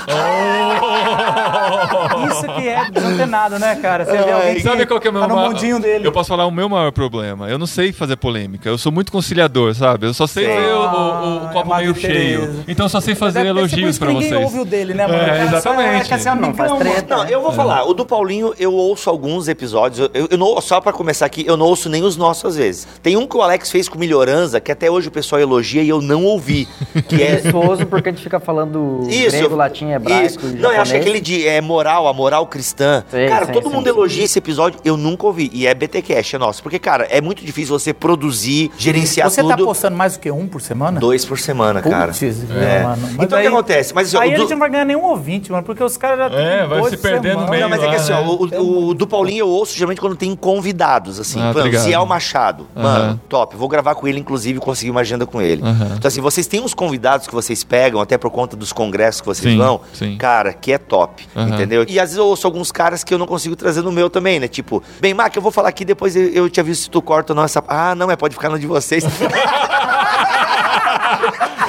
isso que é desantenado, né, cara? Você vê alguém que
Sabe qual que é o meu
tá no
maior-
mundinho dele.
Eu posso falar o meu maior problema. Eu não sei fazer polêmica. Eu sou muito conciliador, sabe? Eu só sei
Sim.
ver o, o- o
Ah,
copo
Madre
meio
Teresa.
cheio. Então eu só sei fazer
Deve- deve ser por
elogios
isso que
pra
Ninguém ouve
vocês.
o dele, né, mano?
É,
Quer ser-
exatamente.
Quer ser amigão,
faz
mano.
treta.
Então, Não, eu vou falar. O do Paulinho, eu ouço alguns episódios. Eu, eu- eu não, só pra começar aqui, eu não ouço nem os nossos às vezes. Tem um que o Alex fez com o Melhoranza, que até hoje o pessoal elogia e eu não ouvi. Que é.
Preguiçoso porque a gente fica falando grego,
eu-
latim, hebraico,
isso. Não, eu acho que
japonês.
aquele de é, moral, a moral cristã.
Sim,
cara,
sim,
todo
sim,
mundo
sim.
elogia esse episódio, eu nunca ouvi. E é BTCast, é nosso. Porque, cara, é muito difícil você produzir, gerenciar
Você tá
tudo.
postando mais do que um por semana?
Dois por semana, cara.
Putz,
É.
mano. Mas
Então o
aí-
que acontece? Mas
Aí
o
a
do-
gente não vai ganhar nenhum ouvinte, mano, porque os caras já têm
É, vai
dois
se perder no
semanas.
meio
Não, mas é que assim,
lá,
ó,
né?
o, o do Paulinho eu ouço geralmente quando tem convidados, assim.
Ah,
Mano,
obrigado.
Ziel Machado.
Aham.
Mano, top. Vou gravar com ele, inclusive, conseguir uma agenda com ele.
Aham.
Então, assim, vocês têm uns convidados que vocês pegam, até por conta dos congressos que vocês
Sim,
vão.
sim.
Cara, que é top.
Aham.
Entendeu? E às vezes eu ouço alguns caras que eu não consigo trazer no meu também, né? Tipo, bem, Mac, eu vou falar aqui, depois eu- eu te aviso se tu corta ou não essa. Ah, não, é, pode ficar no de vocês.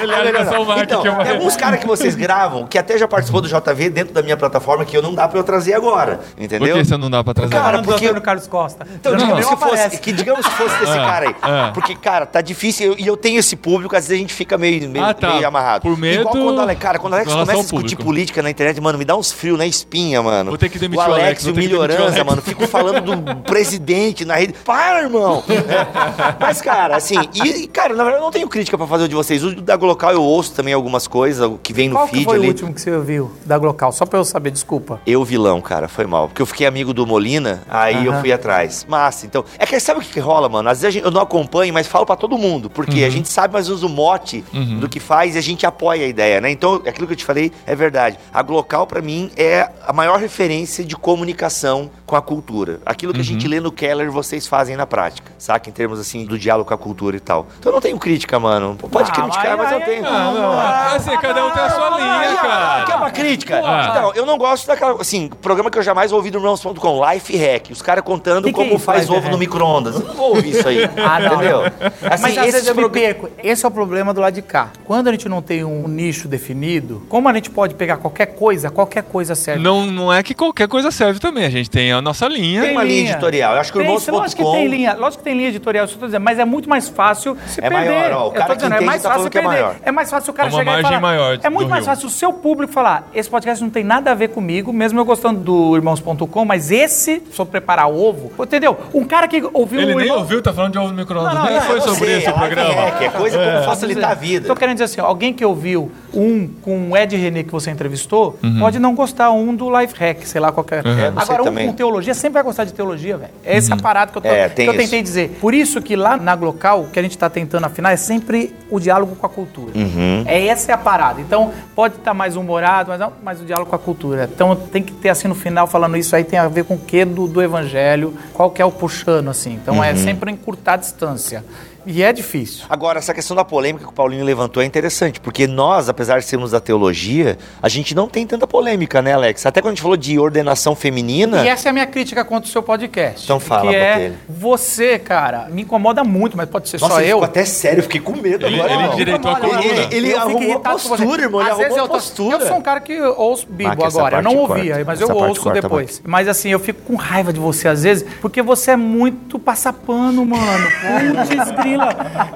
Ele acha que é só o Mark
Então,
que é uma-
tem alguns caras que vocês gravam, que até já participou do JV dentro da minha plataforma, que eu não dá pra eu trazer agora.
Por
Entendeu?
que você não dá pra trazer?
Cara,
Falando do
porque-
Antônio Carlos Costa.
Então,
Já
digamos,
nem
que fosse,
aparece.
que digamos que fosse desse
Ah,
cara aí.
ah.
Porque, cara, tá difícil. eu- E eu, tenho esse público, às vezes a gente fica meio, meio,
Ah, tá.
meio amarrado.
Por medo
Igual quando o Alex, cara, quando o Alex
em
começa a
relação ao
discutir
público.
política na internet, mano, me dá uns frios na espinha, mano.
Vou ter que demitir
o
o
Alex.
Alex,
o
vou ter que demitir o
Melhoranza,
Alex.
mano. Fico falando do presidente na rede. Para, irmão! É. Mas, cara, assim, e, e, cara, na verdade eu não tenho crítica pra fazer o de vocês. O da Glocal eu ouço também algumas coisas, o que vem no
Qual
feed
que foi
ali.
o último que você ouviu da Glocal? Só pra eu saber, desculpa.
Eu vilão, cara, foi mal. Porque eu fiquei amigo do Molina, aí eu fui atrás. Massa, então. É que sabe o que, que rola, mano? Às vezes a gente- eu não acompanho, mas falo pra todo mundo. Porque
Uhum.
a gente sabe mais ou menos o mote do que faz e a gente apoia a ideia, né? Então, aquilo que eu te falei é verdade. A Glocal, pra mim, é a maior referência de comunicação com a cultura. Aquilo que a
Uhum.
gente lê no Keller, vocês fazem na prática, saca? Em termos assim, do diálogo com a cultura e tal. Então eu não tenho crítica, mano. Pode
Ah,
criticar,
mas
mas,
aí-
eu tenho.
Ah, não. Assim, cada um tem a sua linha, cara.
Que é uma crítica.
Ah.
Então, eu não gosto daquela. Assim, programa que eu jamais ouvi do irmãos.com, Life Hack. Os caras contando
Que que é
como
isso,
faz
Life
ovo
Hack?
no micro-ondas. Eu Não vou ouvir isso aí.
Ah, não.
Entendeu? Assim,
Mas às
esses
vezes eu me
progra-
perco. Esse é o problema do lado de cá. Quando a gente não tem um nicho definido, como a gente pode pegar qualquer coisa, qualquer coisa serve.
Não, não é que qualquer coisa serve também. A gente tem a nossa linha.
Tem uma linha editorial. Eu acho que o
Tem,
irmãos.com-
Lógico que tem linha, lógico que tem linha editorial, isso eu tô dizendo, mas é muito mais fácil se
É
perder.
maior, ó, o
Eu
cara
tô
que
dizendo, é
entende
mais
tá
fácil
falando
se
que é
perder.
maior.
É mais fácil o cara
É uma
chegar e
margem
falar.
maior
é muito
do
mais
Rio.
fácil o seu público falar, esse podcast não tem nada a ver comigo, mesmo eu gostando do irmãos.com, mas esse, só preparar ovo, entendeu? Um cara que ouviu
Ele
o
nem
irmão-
ouviu, tá falando de ovo no micro-ondas.
Não, não,
Nem
não, Ah,
foi
eu
sobre
sei,
esse
Life
programa.
Hack, É coisa como facilitar a vida.
Tô querendo dizer assim, ó, alguém que ouviu um com o Ed René que você entrevistou, pode não gostar um do Life Hack, sei lá qualquer.
É, não sei
Agora, um
também.
com teologia sempre vai gostar de teologia, velho. É esse aparato que eu, tô-
É,
que
tem
eu
isso.
tentei dizer. Por isso que lá na Glocal, o que a gente tá tentando afinar é sempre o diálogo com a cultura.
Uhum.
É essa é a parada. Então, pode estar mais humorado, mas, não, mas o diálogo com a cultura. Então, tem que ter assim no final falando isso aí tem a
Uhum.
ver com o que do, do evangelho, qual que é o puxando, assim. Então, é sempre encurtar a distância. E é difícil.
Agora, essa questão da polêmica que o Paulinho levantou é interessante, porque nós, apesar de sermos da teologia, a gente não tem tanta polêmica, né, Alex? Até quando a gente falou de ordenação feminina.
E essa é a minha crítica contra o seu podcast.
Então fala,
Que é
Botelho.
você, cara, me incomoda muito, mas pode ser
Nossa,
só
ele
eu.
ficou até sério, fiquei com medo
Ele-
agora.
ele
irmão.
direitou a
Olha,
coluna.
Ele, é, ele,
Eu fico
arrumou a
irritado com você.
postura, irmão. Ele
Às vezes
arrumou
eu
a
tô-
postura.
Eu sou um cara que ouço Bibo
Ah, que essa
agora. Eu
parte
não
corta.
ouvia, mas eu
Essa parte
ouço
corta,
depois. Mas assim, eu fico com raiva de você às vezes, porque você é muito passapano, mano. Putz, grila.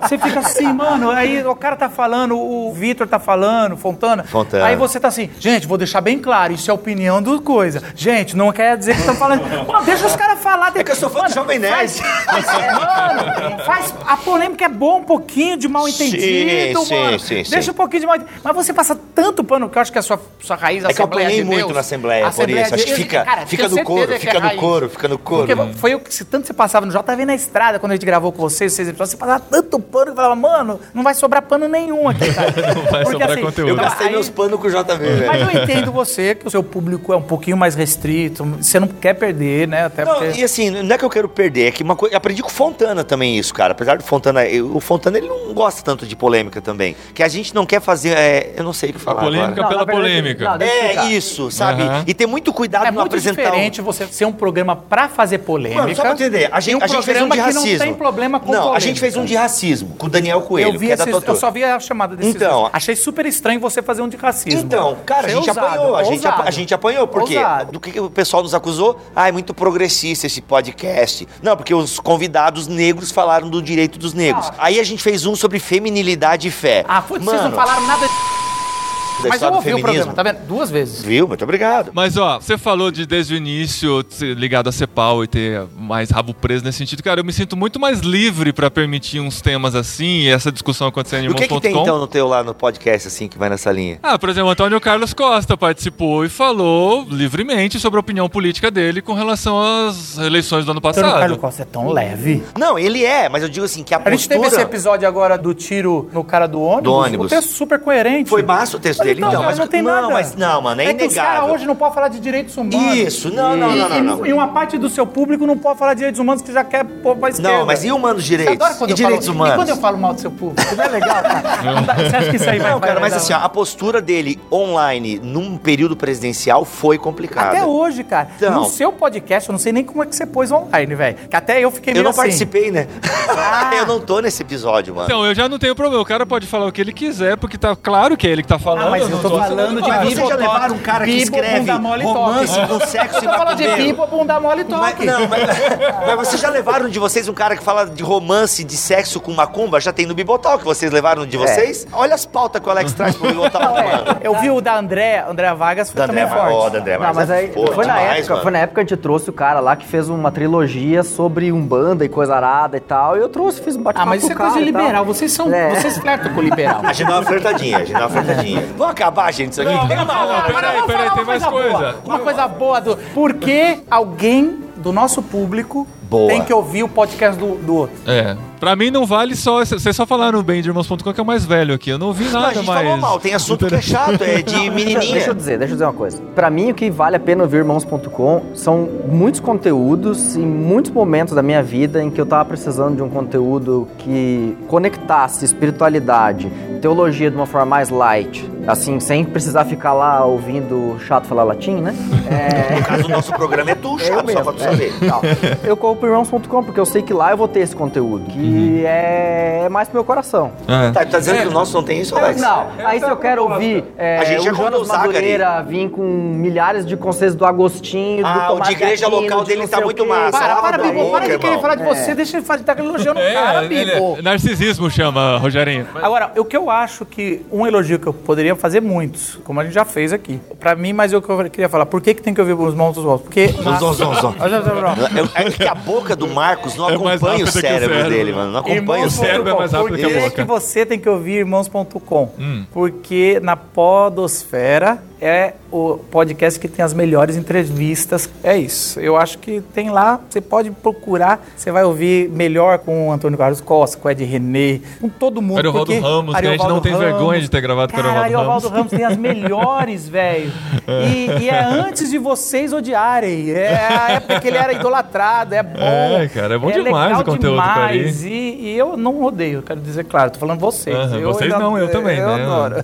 Você fica assim, mano. Aí o cara tá falando, o Vitor tá falando, Fontana.
Fontana.
Aí você tá assim, gente, vou deixar bem claro, isso é opinião do coisa. Gente, não quer dizer que estão falando. Pô, deixa os caras falar.
É que eu sou fã do Jovem Nerd.
É, Mano, faz, a polêmica é bom um pouquinho de mal entendido,
Sim, sim,
mano.
sim, sim.
Deixa um pouquinho de mal entendido. Mas você passa tanto pano, que eu acho que a sua, sua raiz é
É que eu
Assembleia
apanhei
de Deus.
muito na Assembleia, por
Assembleia
isso.
de
Acho que
Deus.
fica,
Cara,
fica
tenho
no
certeza
couro,
que é
fica no
raiz.
couro, fica no couro.
Porque foi eu que se tanto você passava no JV na estrada, quando a gente gravou com vocês, vocês episódios, você passava tanto pano que falava, mano, não vai sobrar pano nenhum aqui, cara. não vai
sobrar conteúdo.
Eu gastei meus panos com o JV,
Mas
É
velho.
eu entendo você, que o seu público é um pouquinho mais restrito, você não quer perder, né? Até
Não,
porque...
e assim, não é que eu quero perder, é que uma coisa. Aprendi com o Fontana também isso, cara. Apesar do Fontana. eu- O Fontana ele não gosta tanto de polêmica também. Que a gente não quer fazer. é, eu não sei o que falar.
polêmica
agora.
pela
na verdade,
polêmica.
não, deixa eu
É
explicar.
isso, sabe?
Aham.
E ter muito cuidado
É
no
muito
apresentar. o-
diferente você ser um programa pra fazer polêmica.
Mano, só pra entender, a gente,
e um
a gente fez um
programa
de
que
racismo.
não tem problema com
Não, a
polêmica.
gente fez um de racismo com o Daniel Coelho,
eu, vi
que é da
esses-
Totó.
eu só vi a chamada desses
Então,
dois. Achei super estranho você fazer um de racismo.
Então, cara, a
Achei
gente
é ousado,
apanhou, a gente, apa-
ousado.
a gente apanhou, por quê?
Ousado.
Do que que o pessoal nos acusou? Ah, é muito progressista esse podcast. Não, porque os convidados negros falaram do direito dos negros. Aí a gente fez um sobre feminilidade e fé.
Ah, putz, vocês não
Mano,
falaram nada de...
da
Mas eu
história do
ouvi o
feminismo.
programa, tá vendo? Duas vezes.
Viu? Muito obrigado.
Mas ó, você falou de desde o início ser ligado a Cepal e ter mais rabo preso nesse sentido. Cara, eu me sinto muito mais livre pra permitir uns temas assim e essa discussão acontecendo em
E o que, que tem
irmãos.com.
então no teu lá no podcast, assim, que vai nessa linha?
Ah, por exemplo, Antônio Carlos Costa participou e falou livremente sobre a opinião política dele com relação às eleições do ano
Antônio Carlos
passado.
Costa é tão leve.
Não, ele é, mas eu digo assim, que a
A gente teve esse
postura...
episódio agora do tiro no cara do ônibus.
Do ônibus.
O texto super coerente.
Foi massa o texto
Mas
dele, então,
cara,
mas-
não tem
não,
nada.
mas não, mano, é
que os caras
inegável.
hoje não podem falar de direitos humanos.
Isso, não, não,
E-
não, não,
e-
não.
E uma parte do seu público não pode falar de direitos humanos que já quer pôr pra esquerda.
Não, mas e humanos
Você
direitos?
adora quando
E
eu falo-
direitos
E
humanos?
quando eu falo mal do seu público? Não é legal, cara? Não dá- Você acha que isso aí vai...
Não, cara,
vai-
mas
vai-
assim, ó, a postura dele online num período presidencial foi complicada.
um- Até hoje, cara.
Então.
No seu podcast, eu não sei nem como é que você pôs online, velho. Que até eu fiquei
Eu
meio
não
assim.
participei, né? eu não tô nesse episódio, mano.
Então, eu já não tenho problema. O cara pode falar o que ele quiser, porque tá claro que é ele que tá falando.
Ah, mas eu
não
tô falando de
Mas
bibo,
vocês já
toque,
levaram um cara que
bibo,
escreve
bunda mole,
romance
toque.
com sexo
Eu tô
e
falando de
macumbeiro?
bibo, bunda mole e
Mas,
toque.
não, mas, mas vocês já levaram de vocês um cara que fala de romance, de sexo com macumba? Já tem no Bibotal que vocês levaram de vocês? Olha as pautas que o Alex traz pro Bibotal, mano.
Eu vi o da André, André Vargas, foi
Da
também
André,
forte.
ó, da André,
Não, mas aí
Pô,
foi, na
é demais,
época,
mano.
foi na época que a gente trouxe o cara lá que fez uma trilogia sobre Umbanda e coisa arada e tal. E eu trouxe, fiz um
Ah,
bate-papo
mas isso
com
é
o cara
coisa de
e tal.
liberal. Vocês são.
É.
Vocês flertam com o liberal.
A gente dá uma flertadinha, a gente dá uma flertadinha. Vamos acabar, gente, isso aqui?
não,
Agora
peraí,
vamos
peraí,
falar
tem
uma
mais
boa.
coisa.
Uma coisa boa do. Por que alguém do nosso público
Boa.
tem que ouvir o podcast do, do outro?
É. Pra mim não vale só. Vocês só falaram bem de irmãos.com que é o mais velho aqui. Eu não ouvi
Não,
nada
a gente
mais.
falou mal, tem assunto que é chato, é de
Deixa, deixa eu
menininha.
dizer, deixa eu dizer uma coisa. Pra mim, o que vale a pena ouvir irmãos.com são muitos conteúdos e muitos momentos da minha vida em que eu tava precisando de um conteúdo que conectasse espiritualidade, teologia de uma forma mais light, assim, sem precisar ficar lá ouvindo chato falar latim, né? É.
No caso, o nosso programa é tu,
Eu
chato, só pra tu saber.
Não, eu corro pro irmãos.com porque eu sei que lá eu vou ter esse conteúdo, que
Uhum.
é, é mais pro meu coração.
É.
Tá, tá dizendo que o nosso não tem isso, Alex?
Não, aí se eu quero ouvir é,
A gente já
o
contou o
Jonas
Zagari.
Madureira vir com milhares de conselhos do Agostinho,
Ah,
do
o de
Tomás
igreja
Aquino,
local
de
dele
não
tá
sei o
muito
quê.
massa.
Para,
Salva
para,
da
Bibo, para de
boca,
querer
irmão.
falar de você. Deixa ele estar elogiando o cara,
É, ele-
Bibo.
narcisismo chama, Rogerinho.
Agora, o que eu acho que um elogio que eu poderia fazer é muitos, como a gente já fez aqui, pra mim, mas eu que eu queria falar, por que, que tem que ouvir os mãos dos olhos? Porque.
Zon, zon, zon.
Olha, olha, olha, olha.
Eu- É que a boca do Marcos não
É mais
acompanha o
rápida que o
cérebro
cérebro.
dele, mano. Não acompanha o
Irmãos.com.
cérebro.
cérebro é mais rápido que a
Por que
boca. Hum.
que você tem que ouvir irmãos.com? Porque na podosfera é o podcast que tem as melhores entrevistas. É isso. Eu acho que tem lá, você pode procurar, você vai ouvir melhor com o Antônio Carlos Costa, com o Ed Renê, com todo mundo.
Ariovaldo
porque-
Ramos, que a gente
Ariovaldo
não tem vergonha de ter gravado com o
Cara,
Ariovaldo
Ariovaldo Ramos tem as melhores, velho. E, e é antes de vocês odiarem. É a época que ele era idolatrado, é bom.
É, cara, é bom demais
legal
o conteúdo do Cari.
demais. E, e eu não odeio, quero dizer, claro, tô falando vocês.
Aham, vocês
ainda-
não, eu também,
Eu
né?
adoro.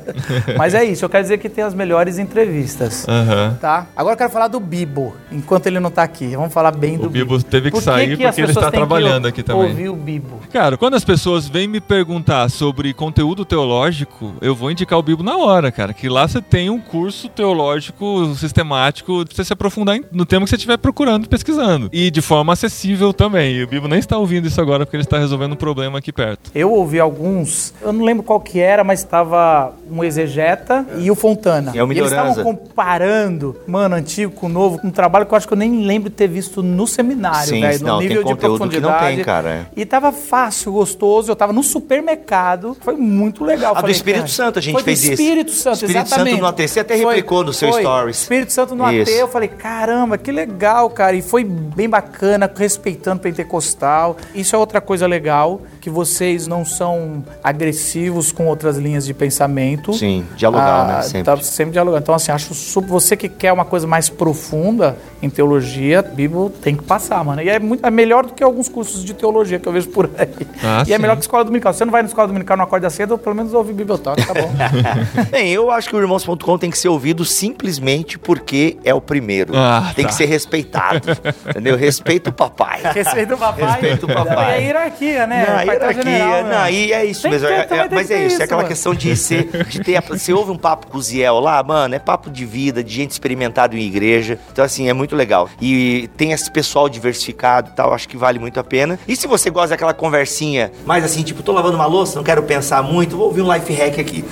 Mas é isso, eu quero dizer que tem as melhores entrevistas.
Aham.
Tá? Agora eu quero falar do Bibo, enquanto ele não tá aqui. Vamos falar bem do
O Bibo teve que
Por
sair
as
porque ele
pessoas
está
têm que
trabalhando
ou-
aqui também.
Ouvir o Bibo.
Cara, quando as pessoas vêm me perguntar sobre conteúdo teológico, eu vou indicar o Bibo na hora, cara. Que lá você tem um curso teológico um sistemático pra você se aprofundar em- no tema que você estiver procurando, pesquisando. E de forma acessível também. E o Bibo nem está ouvindo isso agora porque ele está resolvendo um problema aqui perto.
Eu ouvi alguns, eu não lembro qual que era, mas estava um exegeta e o Fontana.
É o
e eles
Melhoranza.
estavam comparando, mano, antigo com novo, com um trabalho que eu acho que eu nem lembro ter visto no seminário,
Sim,
velho,
não,
no
tem
nível de
conteúdo que não
profundidade.
tem, cara, é.
E tava fácil, gostoso, eu tava no supermercado, foi muito legal.
A Ah, do
Falei,
Espírito
cara,
Santo a gente
foi do
fez isso.
Espírito Santo,
Espírito Santo
exatamente.
no AT, você até replicou no seu
foi.
stories.
Espírito Santo no
Isso.
AT, eu falei, caramba, que legal, cara. E foi bem bacana, respeitando o pentecostal. Isso é outra coisa legal, que vocês não são agressivos com outras linhas de pensamento.
Sim, dialogar, né, sempre.
Tá sempre dialogando. Então, assim, acho super. Você que quer uma coisa mais profunda em teologia, Bíblia tem que passar, mano. E é, muito, é melhor do que alguns cursos de teologia que eu vejo por aí.
Ah,
e é
sim.
melhor que escola dominical. Se você não vai na escola dominical, não acorda cedo, pelo menos ouve biblioteca, tá bom?
Bem, eu acho que o Irmãos.com tem que ser ouvido simplesmente porque é o primeiro.
Ah,
tem que ser respeitado. entendeu? Respeita o papai.
Respeito o papai.
Respeita o papai.
Não, E a hierarquia, né?
Não,
O
a
pai tá
hierarquia,
general,
não,
né?
e é isso
Tem que
mesmo.
ter,
é-
também
é-
tem
mas
que
é
ter
isso,
isso,
é aquela
mano.
questão de ser. De ter, a- você ouve um papo com o Ziel lá, mano, é papo de vida, de gente experimentada em igreja. Então, assim, é muito legal. E tem esse pessoal diversificado e tal, acho que vale muito a pena. E se você gosta daquela conversinha, mais assim, tipo, tô lavando uma louça, não quero pensar muito, vou ouvir um life hack aqui.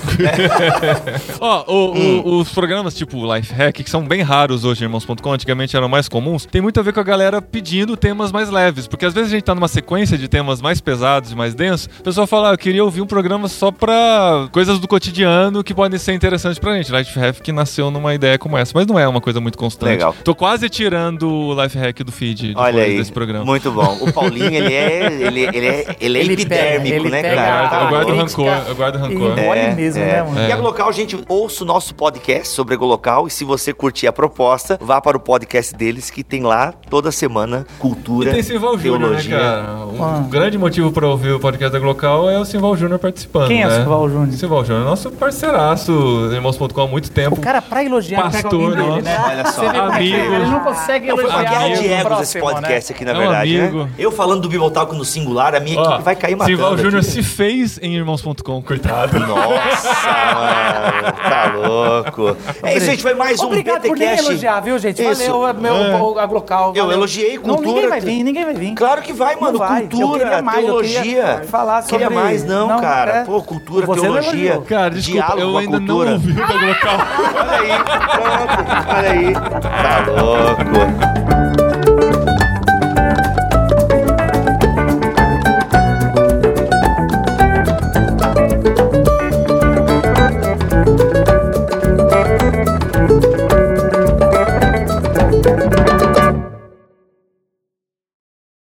Ó, o- o-
Hum.
os programas tipo Life Hack, que são bem raros hoje, irmãos.com, antigamente eram mais comuns, tem muito a ver com a galera pedindo temas mais leves. Porque às vezes a gente tá numa sequência de temas mais pesados e mais densos, o pessoal fala, ah, eu queria ouvir um programa só pra coisas do cotidiano que podem ser interessantes pra gente. Life Hack que nasceu numa ideia como essa, mas não é uma coisa muito constante.
Legal.
Tô quase tirando o Life Hack do feed depois
Olha aí,
desse programa.
muito bom. O Paulinho, ele é, ele, ele é, ele é
Ele pega,
epidérmico,
ele
né,
pega
cara?
a-
Eu guardo
Ah,
rancor, eu guardo
E
rancor.
engole
É,
mesmo,
é.
né, mano?
E a Glocal, gente, ouça o nosso podcast sobre a Glocal e se você curtir a proposta, vá para o podcast deles que tem lá toda semana cultura,
E tem Simval Júnior, né,
teologia.
cara? Um
Ah.
grande motivo pra ouvir o podcast da Glocal é o Simval Júnior participando.
Quem é o
né?
Simval Júnior?
Simval Júnior, nosso parceiraço, irmãos.com há muito tempo.
O cara, pra elogiar, pega
Pastor,
alguém dele,
nossa.
né?
Olha só.
Você vê como é que
Amigo.
Ele não consegue
Foi
elogiar
uma guerra de
o
egos esse
próximo, né?
podcast aqui, na
É um
verdade,
amigo.
né? Eu falando do Bibotalco no singular, a minha
Ó,
equipe vai cair matando.
Simval
aqui.
Júnior se fez em irmãos.com, coitado.
Nossa, mano, tá louco. É isso, gente, foi mais
né? Obrigado
um
por nem
BTcast.
elogiar, viu, gente?
Isso. É.
Valeu, é meu,
É.
a Glocal.
Eu
valeu.
elogiei cultura.
Não, ninguém vai vir, ninguém vai vir.
Claro que vai, mano.
Não vai. Eu
Cultura,
queria mais, eu
teologia.
queria falar sobre-
Queria mais, não,
Não,
cara.
é.
Pô, cultura,
Você não
teologia.
elogiou.
Cara, desculpa,
diálogo
eu
com a
ainda não
cultura.
ouvi o da Glocal.
Olha aí, pronto. Olha aí. Tá louco.